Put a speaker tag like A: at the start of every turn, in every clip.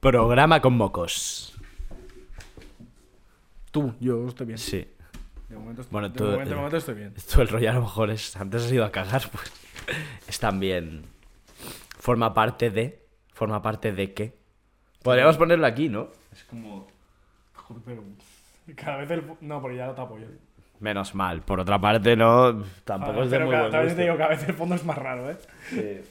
A: Programa con mocos.
B: Tú, yo estoy bien.
A: Sí.
B: De momento, estoy,
A: Bueno,
B: de
A: tú-
B: momento- de momento estoy bien.
A: Tú el rollo a lo mejor es. Antes has ido a cagar, pues. Es también. Forma parte de. Forma parte de qué. Podríamos ponerlo aquí, ¿no? Es como.
B: Joder, pero cada vez el... No, porque ya lo tapo yo.
A: Menos mal. Por otra parte, no. Tampoco
B: Ah,
A: es de
B: pero
A: muy
B: cada,
A: buen
B: también
A: gusto.
B: te digo que a veces el fondo es más raro, ¿eh?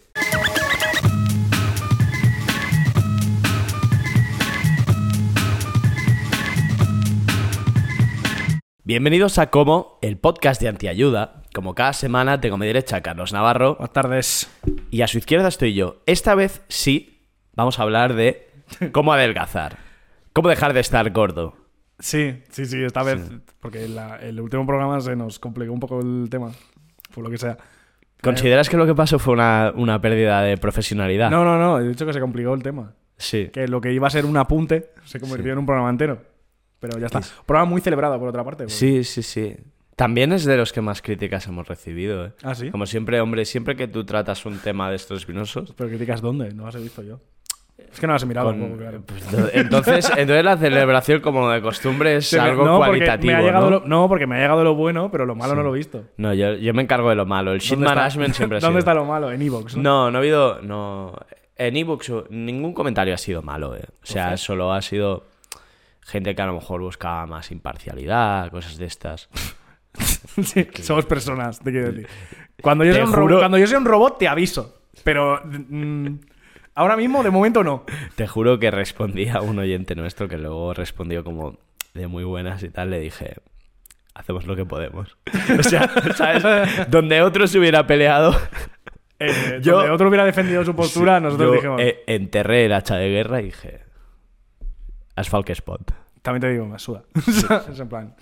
A: Bienvenidos a Como, el podcast de Antiayuda. Como cada semana tengo a mi derecha a Carlos Navarro
B: Buenas tardes.
A: y a su izquierda estoy yo. Esta vez sí vamos a hablar de cómo adelgazar, cómo dejar de estar gordo.
B: Sí, sí, sí, esta vez. Porque la- el último programa se nos complicó un poco el tema. Por lo que sea.
A: ¿Consideras que lo que pasó fue una, una pérdida de profesionalidad?
B: No, no, no, he dicho que se complicó el tema.
A: Sí.
B: Que lo que iba a ser un apunte se convirtió en un programa entero. Pero ya está. Programa muy celebrado, por otra parte. porque-
A: Sí, sí, sí. También es de los que más críticas hemos recibido, ¿eh?
B: Ah, sí.
A: Como siempre, hombre, siempre que tú tratas un tema de estos vinosos,
B: Pero críticas, ¿dónde? No las he visto yo. Es que no las he mirado.
A: con-
B: tampoco, Ah, claro.
A: pues, do- entonces, entonces la celebración, como de costumbre, es
B: Se me-
A: algo
B: no, porque
A: cualitativo.
B: me ha llegado
A: ¿no?
B: lo- no, porque me ha llegado lo bueno, pero lo malo no lo he visto.
A: No, yo, yo me encargo de lo malo. El shit
B: ¿Dónde está-
A: management siempre ha sido.
B: ¿Dónde está lo malo? En Evox.
A: No, no ha habido. No. En ebooks o- ningún comentario ha sido malo, eh. O sea, solo ha sido gente que a lo mejor buscaba más imparcialidad, cosas de estas.
B: Sí, somos personas, te quiero decir. Cuando yo,
A: Te
B: sea un ro-
A: juro-
B: cuando yo sea un robot, te aviso. Pero mm, ahora mismo, de momento, no.
A: Te juro que respondía a un oyente nuestro que luego respondió como de muy buenas y tal. Le dije, hacemos lo que podemos. O sea, ¿sabes? Donde otro se hubiera peleado,
B: Eh,
A: Yo-
B: donde otro hubiera defendido su postura, nosotros
A: yo,
B: dijimos.
A: eh, enterré el hacha de guerra y dije, Asfalque Spot.
B: También te digo, me suda. O sea, es en plan.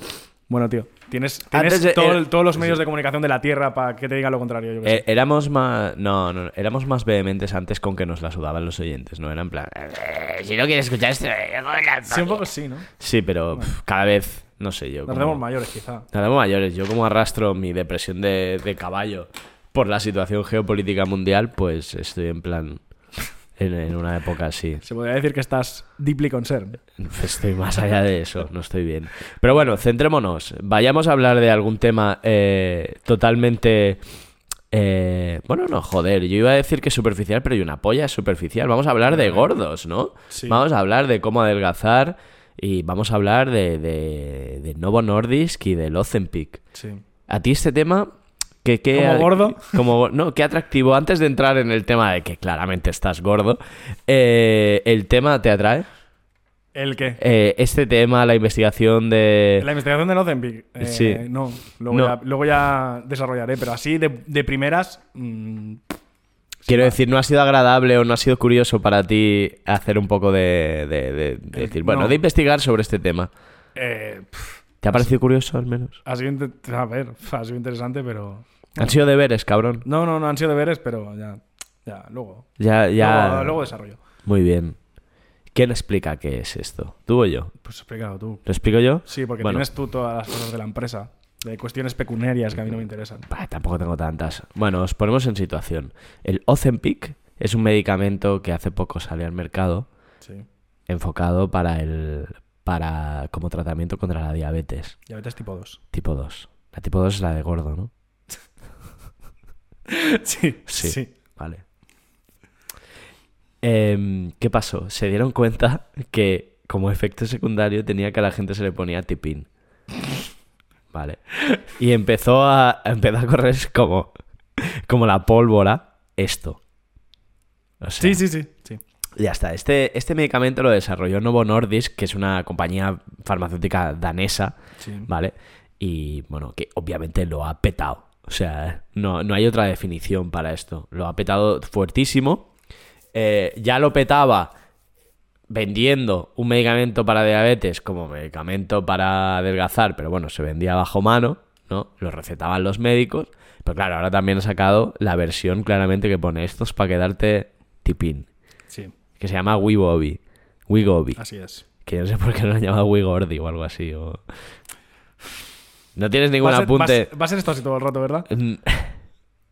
B: Bueno, tío, tienes, tienes
A: Antes de-
B: todo-
A: eh,
B: todos los medios de comunicación de la Tierra para que te digan lo contrario. Yo qué sé.
A: Eh, éramos más. No, no, no, éramos más vehementes antes con que nos la sudaban los oyentes, ¿no? Era en plan. "Eh, Si no quieres escuchar esto. eh, hola,
B: sí, un
A: pa-".
B: poco sí, ¿no? Nos
A: Sí, pero pf, cada vez, no sé yo. como-
B: hacemos mayores, quizá.
A: Nos hacemos mayores. Yo, como arrastro mi depresión de, de caballo por la situación geopolítica mundial, pues estoy en plan. En, en una época así.
B: Se podría decir que estás deeply concerned.
A: Estoy más allá de eso, no estoy bien. Pero bueno, centrémonos. Vayamos a hablar de algún tema eh, totalmente... eh, bueno, no, joder, yo iba a decir que es superficial, pero y una polla es superficial. Vamos a hablar de gordos, ¿no?
B: Sí.
A: Vamos a hablar de cómo adelgazar y vamos a hablar de, de, de Novo Nordisk y del Ozempic.
B: Sí.
A: A ti este tema... Que, que,
B: ¿Como gordo?
A: Como, no, qué atractivo. Antes de entrar en el tema de que claramente estás gordo, eh, ¿el tema te atrae?
B: ¿El qué?
A: Eh, este tema, la investigación de...
B: La investigación de Ozempic. Eh,
A: Sí.
B: No, luego,
A: No.
B: Ya, luego ya desarrollaré, pero así de, de primeras. mm,
A: Quiero decir, ¿no ha sido agradable o no ha sido curioso para ti hacer un poco de... de- de- de decir, bueno,
B: Eh, no.
A: de investigar sobre este tema?
B: eh, pff,
A: ¿Te ha parecido curioso al menos?
B: ha sido inte- a ver, ha sido interesante, pero.
A: Han sido deberes, cabrón.
B: No, no, no han sido deberes, pero ya. Ya, luego.
A: Ya, ya...
B: Luego, luego desarrollo.
A: Muy bien. ¿Quién explica qué es esto? ¿Tú o yo?
B: Pues explícalo tú.
A: ¿Lo explico yo?
B: Sí, porque
A: Bueno.
B: tienes tú todas las cosas de la empresa, de cuestiones pecuniarias que a mí no me interesan.
A: Bah, tampoco tengo tantas. Bueno, os ponemos en situación. El Ozempic es un medicamento que hace poco salió al mercado
B: Sí.
A: enfocado para el... para... como tratamiento contra la diabetes.
B: Diabetes tipo 2.
A: Tipo 2. La tipo 2 es la de gordo, ¿no?
B: sí,
A: Sí. Vale. Em, ¿Qué pasó? Se dieron cuenta que como efecto secundario tenía que a la gente se le ponía tipín. Vale. Y empezó a, empezó a correr como, como la pólvora esto. O sea,
B: Sí, sí, sí. sí.
A: ya está. Este, este medicamento lo desarrolló Novo Nordisk, que es una compañía farmacéutica danesa. ¿vale? Y bueno, que obviamente lo ha petado. O sea, no, no hay otra definición para esto. Lo ha petado fuertísimo. Eh, ya lo petaba vendiendo un medicamento para diabetes como medicamento para adelgazar, pero bueno, se vendía bajo mano, ¿no? Lo recetaban los médicos. Pero claro, ahora también ha sacado la versión claramente que pone estos para quedarte tipín,
B: Sí,
A: que se llama Wigobi. Wigobi.
B: así es.
A: Que yo no sé por qué no lo han llamado Wigordi o algo así. o- No tienes ningún
B: va, a ser, va a
A: apunte.
B: ser- va a ser esto así todo el rato, ¿verdad?
A: Mm,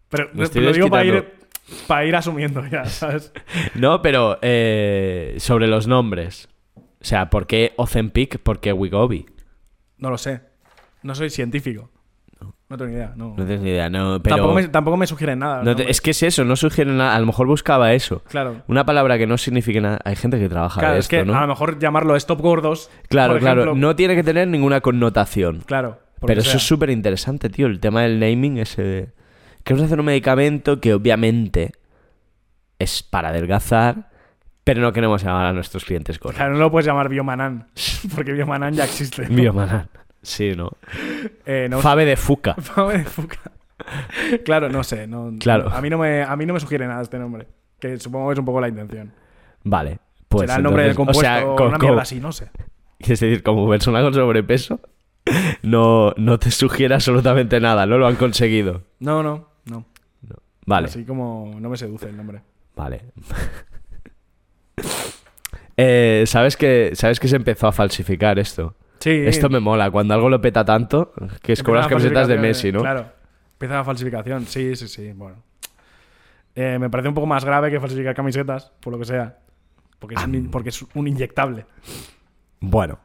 B: Pero
A: Me
B: te
A: estoy
B: lo digo para
A: desquitando.
B: ir, Para ir asumiendo ya, ¿sabes?
A: No, pero eh, sobre los nombres. O sea, ¿por qué Ozempic? ¿Por qué Wigobi?
B: No lo sé. No soy científico. No tengo ni idea. No.
A: No tienes ni idea, no, pero...
B: Tampoco, me, tampoco me sugieren nada.
A: no
B: ¿no?
A: te- es que es eso, no sugiere nada. A lo mejor buscaba eso.
B: Claro.
A: Una palabra que no signifique nada. Hay gente que trabaja
B: Claro,
A: de
B: es
A: esto,
B: que
A: ¿no?
B: a lo mejor llamarlo stop gordos.
A: Claro,
B: por
A: claro.
B: ejemplo,
A: No tiene que tener ninguna connotación.
B: Claro. por
A: Pero
B: lo que
A: eso
B: sea.
A: es súper interesante, tío. El tema del naming eh, ese de... Queremos hacer un medicamento que obviamente es para adelgazar, pero no queremos llamar a nuestros clientes con
B: Claro, no lo puedes llamar Biomanán. Porque Biomanán ya existe. ¿no?
A: Biomanán. Sí, ¿no?
B: Eh, no
A: Fave de Fuca.
B: Fame de Fuca. Claro, no sé. No,
A: Claro.
B: A mí no, me, a mí no me sugiere nada este nombre. Que supongo que es un poco la intención.
A: Vale. Pues
B: Será el nombre del
A: entonces-
B: compuesto o,
A: co-
B: una
A: co-
B: mierda así, no sé.
A: Es decir, como persona con sobrepeso, no, no te sugiere absolutamente nada, no lo han conseguido.
B: No, no, no.
A: Vale,
B: Así como no me seduce el nombre.
A: vale. Eh, ¿sabes, que, ¿Sabes que se empezó a falsificar esto?
B: Sí.
A: Esto me mola, cuando algo lo peta tanto, que es como las
B: Empieza la
A: camisetas de
B: falsificación,
A: Messi,
B: eh,
A: ¿no?
B: Claro. Empieza la falsificación. Sí, sí, sí. Bueno. Eh, me parece un poco más grave que falsificar camisetas, por lo que sea. Porque es, un,
A: Ah.
B: in- porque es un inyectable.
A: Bueno.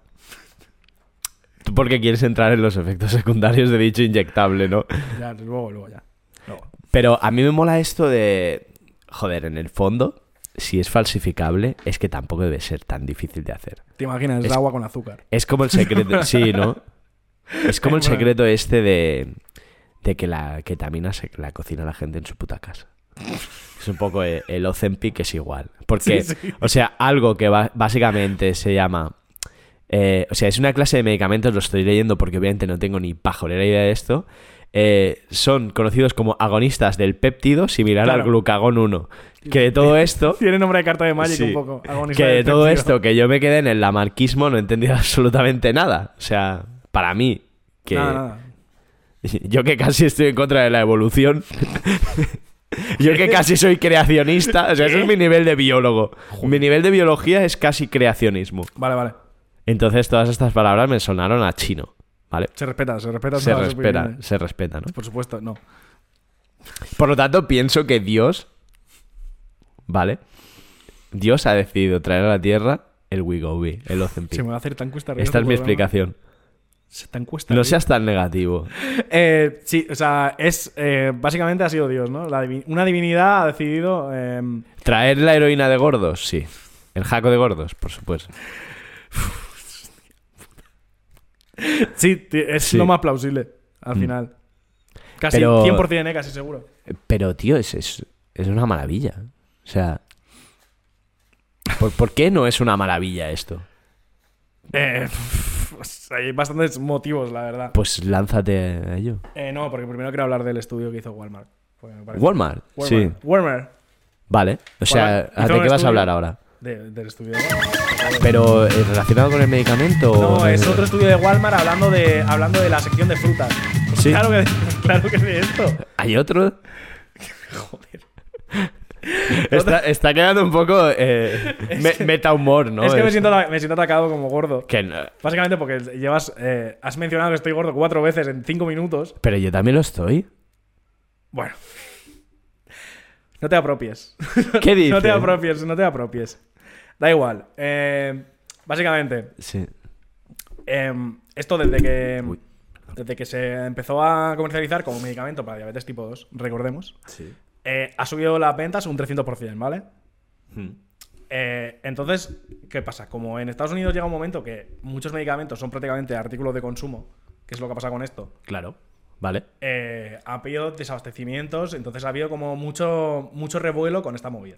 A: Tú porque quieres entrar en los efectos secundarios de dicho inyectable, ¿no?
B: Ya, luego, luego, ya. Luego.
A: Pero a mí me mola esto de. Joder, en el fondo, si es falsificable, es que tampoco debe ser tan difícil de hacer.
B: ¿Te imaginas?
A: Es-
B: agua con azúcar.
A: Es como el secreto. sí, ¿no? Es como el
B: Bueno.
A: secreto este de. De que la ketamina se la cocina la gente en su puta casa. Es un poco e- el Ozempic es igual. Porque,
B: Sí, sí.
A: o sea, algo que ba- básicamente se llama. eh, o sea, es una clase de medicamentos, lo estoy leyendo porque obviamente no tengo ni pajolera idea de esto. eh, son conocidos como agonistas del péptido similar
B: Claro.
A: al glucagón 1. Que de todo esto.
B: Tiene nombre de carta de Magic
A: Sí.
B: un poco. agonista
A: Que de
B: del
A: todo
B: péptido.
A: esto, que yo me quedé en el lamarquismo, no entendí absolutamente nada. O sea, para mí, que
B: Nada, nada.
A: yo que casi estoy en contra de la evolución, yo que casi soy creacionista, o sea, ese es mi nivel de biólogo. Mi nivel de biología es casi creacionismo.
B: Vale, vale.
A: Entonces todas estas palabras me sonaron a chino, ¿vale?
B: Se respeta, se respeta.
A: Se
B: todas las
A: respeta,
B: opiniones.
A: se respeta, ¿no?
B: Por supuesto, no.
A: Por lo tanto, pienso que Dios, ¿vale? Dios ha decidido traer a la Tierra el Wigobi, el Ozempic.
B: Se me va a hacer tan cuesta arriba
A: Esta es
B: este
A: mi
B: programa.
A: explicación.
B: Se tan cuesta
A: No
B: arriba.
A: seas tan negativo.
B: Eh, sí, o sea, es. eh, básicamente ha sido Dios, ¿no? La divi- una divinidad ha decidido. eh,
A: ¿Traer la heroína de gordos? Sí. El jaco de gordos, por supuesto.
B: sí, ti- es
A: Sí. Mm.
B: lo más plausible al final. Casi
A: Pero-
B: 100% ¿eh? casi seguro.
A: Pero, tío, es, es, es una maravilla. O sea... ¿por, por qué no es una maravilla esto?
B: Eh, pues hay bastantes motivos, la verdad.
A: Pues lánzate a ello.
B: Eh, no, porque primero quiero hablar del estudio que hizo Walmart. porque me parece-
A: Walmart. Sí.
B: Walmart. Walmart.
A: Vale. O sea,
B: Walmart.
A: ¿a
B: Hizo
A: ¿de
B: un
A: qué vas a
B: estudio.
A: hablar ahora?
B: De- del estudio.
A: ¿Pero eh, relacionado con el medicamento? o
B: No,
A: de-
B: es otro estudio de Walmart hablando de, hablando de la sección de frutas.
A: Sí.
B: Claro que, claro que de esto.
A: ¿Hay otro?
B: Joder.
A: Está, está quedando un poco eh, me- meta humor, ¿no?
B: es que me
A: Es-
B: siento, ata- me siento atacado como gordo.
A: que no-
B: Básicamente porque llevas. eh, has mencionado que estoy gordo cuatro veces en cinco minutos.
A: Pero yo también lo estoy.
B: Bueno. No te apropies.
A: ¿Qué dices?
B: No te apropies, no te apropies. Da igual. Eh, básicamente,
A: Sí.
B: em, esto desde que.
A: Uy.
B: Desde que se empezó a comercializar como medicamento para diabetes tipo 2, recordemos,
A: Sí.
B: eh, ha subido las ventas un 300%, ¿vale?
A: Hmm.
B: Eh, entonces, ¿qué pasa? Como en Estados Unidos llega un momento que muchos medicamentos son prácticamente artículos de consumo, que es lo que ha pasado con esto,
A: Claro. Vale.
B: eh, ha habido desabastecimientos, entonces ha habido como mucho, mucho revuelo con esta movida.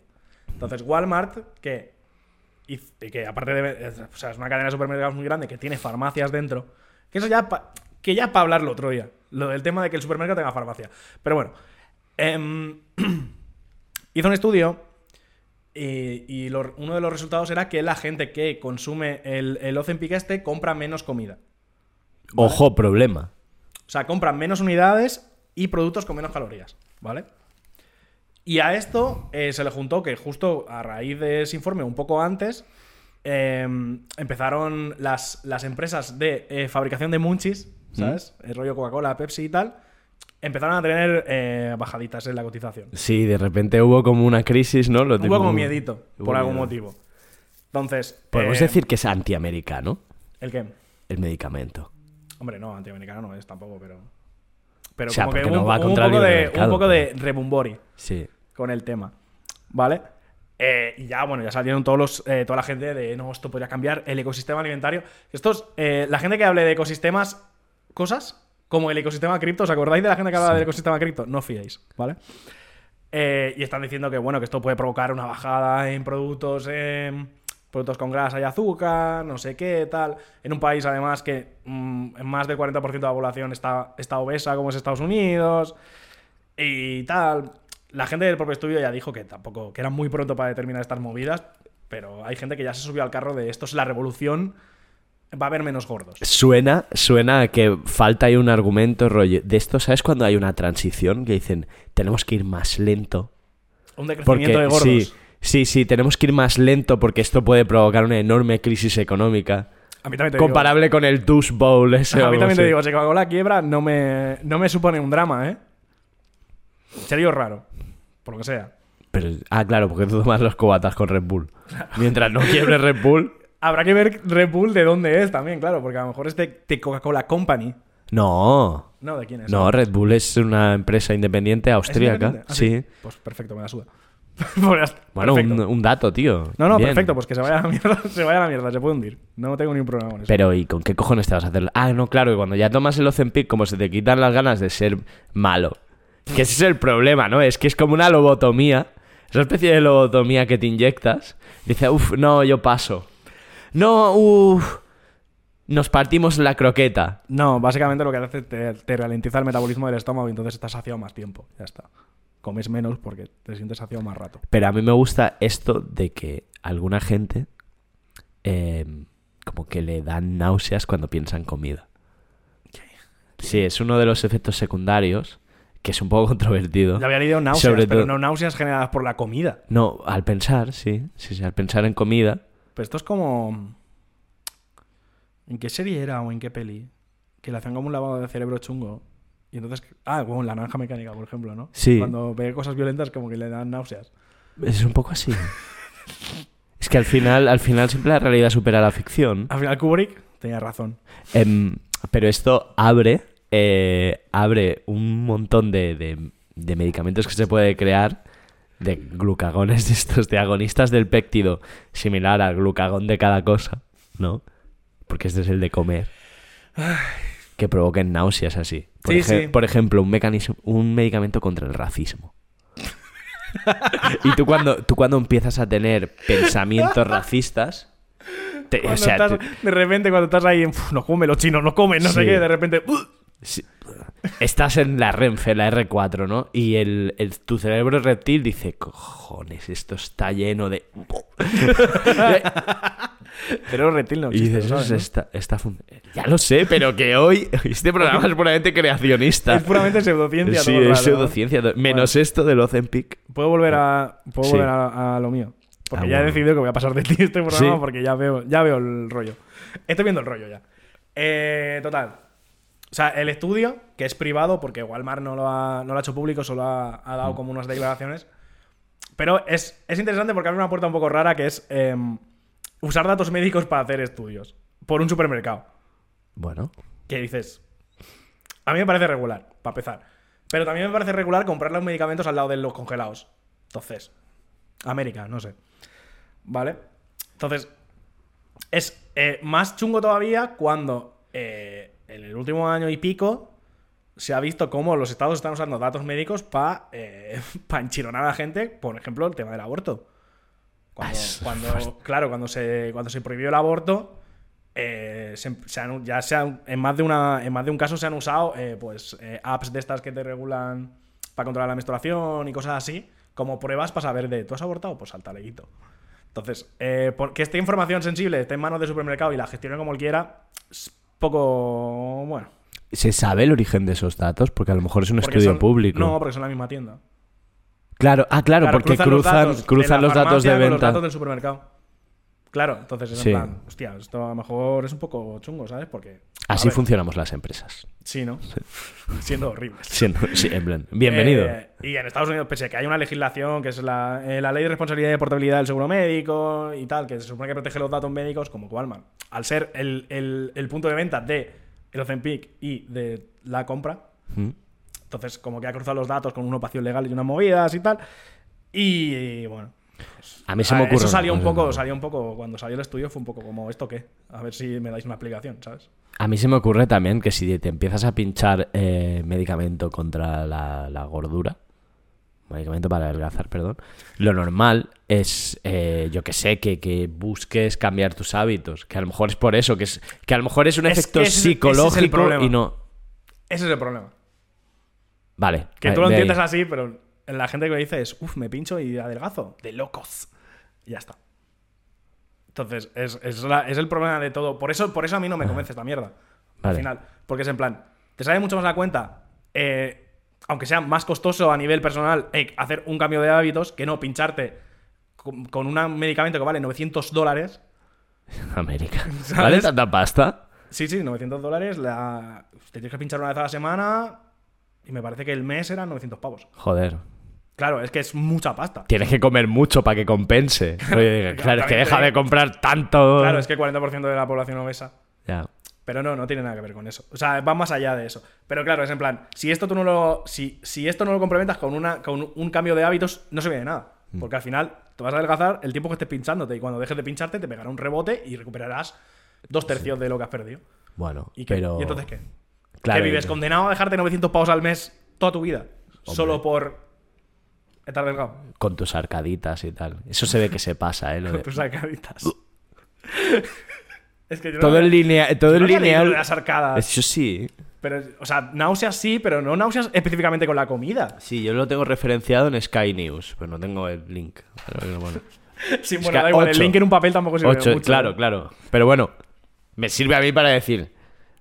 B: Entonces, Walmart, que, hiz- y que aparte de. es- O sea, es una cadena de supermercados muy grande que tiene farmacias dentro, que eso ya. pa- que ya para hablarlo otro día, lo del tema de que el supermercado tenga farmacia. Pero bueno, em, hizo un estudio y, y lo- uno de los resultados era que la gente que consume el, el Ozempic este compra menos comida.
A: Ojo, problema.
B: O sea, compran menos unidades y productos con menos calorías, ¿vale? Y a esto eh, se le juntó que justo a raíz de ese informe, un poco antes, eh, empezaron las, las empresas de eh, fabricación de munchies, ¿sabes? El rollo Coca-Cola, Pepsi y tal, empezaron a tener eh, bajaditas en la cotización.
A: Sí, de repente hubo como una crisis, ¿no? Lo
B: Hubo
A: típico-
B: como miedito,
A: hubo
B: por algún
A: miedo.
B: motivo. Entonces.
A: Podemos
B: eh,
A: decir que es antiamericano
B: ¿El qué?
A: el medicamento.
B: Hombre, no, antiamericano no es tampoco, pero. Pero
A: O sea,
B: como que
A: porque
B: hubo
A: no
B: un-
A: va
B: hubo un
A: contra el
B: poco,
A: libre
B: de, un
A: mercado,
B: poco
A: ¿no?
B: de rebumbori.
A: Sí.
B: con el tema. ¿Vale? Eh, y ya, bueno, ya salieron todos los, eh, toda la gente de no, esto podría cambiar el ecosistema alimentario. Estos, eh, la gente que hable de ecosistemas, cosas como el ecosistema cripto, ¿os acordáis de la gente que habla del ecosistema cripto? No os fiéis, ¿vale? Eh, y están diciendo que, bueno, que esto puede provocar una bajada en productos, em, productos con grasa y azúcar, no sé qué, tal. En un país, además, que mm, más del 40% de la población está, está obesa, como es Estados Unidos y tal. La gente del propio estudio ya dijo que tampoco, que era muy pronto para determinar estas movidas, pero hay gente que ya se subió al carro de esto es la revolución, va a haber menos gordos.
A: Suena, suena a que falta ahí un argumento rollo. De esto, ¿sabes cuando hay una transición que dicen tenemos que ir más lento?
B: Un decrecimiento
A: Porque
B: de gordos.
A: sí, sí, sí, tenemos que ir más lento porque esto puede provocar una enorme crisis económica.
B: A mí también te
A: Comparable con el douche bowl ese. o
B: digo. A mí
A: algo
B: también te
A: así.
B: digo, si Coca-Cola quiebra, no me, no me supone un drama, ¿eh? Sería raro, por lo que sea.
A: Pero, ah, claro, porque tú tomas los cobatas con Red Bull. Mientras no quiebre Red Bull.
B: Habrá que ver Red Bull de dónde es también, claro, porque a lo mejor es de, de Coca-Cola Company.
A: No.
B: No, ¿de quién es?
A: No, Red Bull es una empresa independiente
B: ¿Es
A: austríaca.
B: independiente? Ah,
A: sí.
B: Pues perfecto, me la suda. Bueno, ya-
A: Bueno,
B: perfecto.
A: un, un dato, tío.
B: No, no,
A: Bien.
B: perfecto, pues que se vaya a la mierda, se vaya a la mierda, se puede hundir. No tengo ningún problema con eso.
A: Pero, ¿y con qué cojones te vas a hacer? Ah, no, claro, que cuando ya tomas el Ozempic, como se te quitan las ganas de ser malo. Que ese es el problema, ¿no? Es que es como una lobotomía. Esa especie de lobotomía que te inyectas. Dice, uff, no, yo paso. No, uff. Nos partimos la croqueta.
B: No, básicamente lo que hace te, te ralentiza el metabolismo del estómago y entonces estás saciado más tiempo. Ya está. Comes menos porque te sientes saciado más rato.
A: Pero a mí me gusta esto de que alguna gente em, como que le dan náuseas cuando piensan comida. Sí, es uno de los efectos secundarios que es un poco controvertido.
B: Ya había leído náuseas,
A: Sobre
B: pero
A: todo-
B: no náuseas generadas por la comida.
A: No, al pensar, sí, sí, sí, al pensar en comida.
B: Pero esto es como. ¿En qué serie era o en qué peli? Que le hacían como un lavado de cerebro chungo. Y entonces. Ah, bueno, la naranja mecánica, por ejemplo, ¿no?
A: Sí.
B: Cuando ve cosas violentas, como que le dan náuseas.
A: Es un poco así. es que al final, al final siempre la realidad supera la ficción.
B: Al final, Kubrick tenía razón.
A: Em, pero esto abre, eh, abre un montón de, de- de medicamentos que se puede crear, de glucagones de estos, de agonistas del péptido, similar al glucagón de cada cosa, ¿no? Porque este es el de comer. Que provoquen náuseas así. Por,
B: Sí,
A: eje-
B: sí.
A: por ejemplo, un, mecanismo, un medicamento contra el racismo. y tú cuando, tú cuando empiezas a tener pensamientos racistas... te- Eh, o
B: Cuando
A: sea,
B: estás-
A: te-
B: De repente, cuando estás ahí, "Uf, no come los chinos, no come, no sé
A: Sí.
B: qué, de repente. "Ugh".
A: Sí. Estás en la Renfe, la R4, ¿no? Y el, el- tu cerebro reptil dice, cojones, esto está lleno de...
B: Pero reptil no
A: y
B: existe,
A: dices,
B: lo
A: "Eso
B: sabes, ¿no?
A: está, está fun- Ya lo sé, pero que hoy este programa es puramente creacionista.
B: Es puramente pseudociencia.
A: Sí,
B: todo el
A: es
B: rato, ¿no?
A: pseudociencia. to- Menos esto del Ozempic.
B: Puedo volver a, puedo
A: Sí.
B: volver a, a lo mío. Porque
A: Ah,
B: ya he
A: bueno.
B: decidido que voy a pasar de ti este programa
A: Sí.
B: porque ya veo, ya veo el rollo. Estoy viendo el rollo ya. Eh, total. O sea, el estudio, que es privado, porque Walmart no lo ha, no lo ha hecho público, solo ha, ha
A: Mm.
B: dado como unas declaraciones. Pero es, es interesante porque abre una puerta un poco rara que es em, usar datos médicos para hacer estudios por un supermercado.
A: Bueno.
B: que dices, a mí me parece regular, para empezar. Pero también me parece regular comprar los medicamentos al lado de los congelados. Entonces, América, no sé. ¿Vale? Entonces, es eh, más chungo todavía cuando eh, en el último año y pico se ha visto cómo los estados están usando datos médicos para enchironar a la gente, por ejemplo, el tema del aborto. Cuando,
A: es-
B: cuando- claro, cuando se, cuando se prohibió el aborto, eh, se, se han- ya se han- en, más de una, en más de un caso se han usado eh, pues, eh, apps de estas que te regulan para controlar la menstruación y cosas así, como pruebas para saber de, ¿tú has abortado? Pues al taleguito. Entonces, eh, por- que esta información sensible esté en manos del supermercado y la gestione como él quiera, es poco... bueno.
A: ¿Se sabe el origen de esos datos? Porque a lo mejor es un
B: porque
A: estudio
B: son-
A: público.
B: No, porque son la misma tienda.
A: Claro, ah, claro, porque cruzan, cruzan los datos de
B: Los
A: venta.
B: datos del supermercado. Claro, entonces es en
A: Sí.
B: plan, hostia, esto a lo mejor es un poco chungo, ¿sabes? Porque. a
A: Así
B: ver,
A: funcionamos las empresas.
B: Sí, ¿no? Siendo horribles.
A: Sí, no, sí, en plan, Bienvenido.
B: Eh, y en Estados Unidos, pese a que hay una legislación que es la, eh, la ley de responsabilidad y portabilidad del seguro médico y tal, que se supone que protege los datos médicos, como Walmart, al ser el, el- el punto de venta de el Ozempic y de la compra,
A: Mm.
B: entonces como que ha cruzado los datos con una opación legal y unas movidas y tal, y, bueno.
A: A mí se me
B: ah,
A: ocurre.
B: Eso salió
A: una
B: un
A: cosa.
B: poco, salió un poco, cuando salió el estudio fue un poco como, ¿esto qué? A ver si me dais una explicación, ¿sabes?
A: A mí se me ocurre también que si te empiezas a pinchar eh, medicamento contra la, la gordura, medicamento para adelgazar, perdón, lo normal es, eh, yo que sé, que, que busques cambiar tus hábitos, que a lo mejor es por eso, que, es, que a lo mejor es un
B: Es que
A: efecto
B: ese es- ese es el
A: psicológico
B: problema.
A: y no...
B: Ese es el problema.
A: Vale.
B: Que
A: vale,
B: tú lo
A: de ahí.
B: entiendes así, pero la gente que lo dice es, uff, me pincho y adelgazo. De locos. Y ya está. Entonces, es, es la- es el problema de todo. Por eso, por eso a mí no me convence esta mierda. Al
A: Vale.
B: final. Porque es en plan, te sale mucho más la cuenta, eh, aunque sea más costoso a nivel personal, eh, hacer un cambio de hábitos que no pincharte con, con un medicamento que vale 900 dólares.
A: América.
B: ¿Sabes?
A: ¿Vale tanta pasta?
B: Sí, sí, 900 dólares. La, te tienes que pinchar una vez a la semana. Y me parece que el mes eran 900 pavos.
A: Joder.
B: Claro, es que es mucha pasta.
A: Tienes que comer mucho para que compense. Oye, claro, es que
B: también te
A: deja de
B: digo.
A: comprar tanto.
B: Claro, es que 40% de la población obesa.
A: Ya.
B: Pero no, no tiene nada que ver con eso. O sea, va más allá de eso. Pero claro, es en plan, si esto tú no lo. Si, si esto no lo complementas con, una, con un cambio de hábitos, no se viene nada. Porque al final te vas a adelgazar el tiempo que estés pinchándote. Y cuando dejes de pincharte, te pegará un rebote y recuperarás dos tercios de lo que has perdido.
A: Bueno,
B: ¿Y, qué?
A: pero...
B: ¿Y entonces qué?
A: Claro,
B: ¿Que vives
A: y-
B: condenado a dejarte 900 pavos al mes toda tu vida? Solo por estar delgado.
A: con tus arcaditas y tal. Eso se ve que se pasa, ¿eh? Lo de-
B: Tus sacaditas. es que yo no
A: Todo
B: había-
A: en línea, todo en
B: no había leído
A: lineal.
B: las arcadas.
A: Eso sí.
B: Pero, o sea, náuseas sí, pero no náuseas específicamente con la comida.
A: Sí, yo lo tengo referenciado en Sky News, pero no tengo el link. Ahora que lo pongo.
B: Sí,
A: Es
B: bueno,
A: que
B: da igual, el
A: ocho.
B: link en un papel tampoco sirve
A: Ocho,
B: mucho.
A: claro, claro. Pero bueno, me sirve a mí para decir,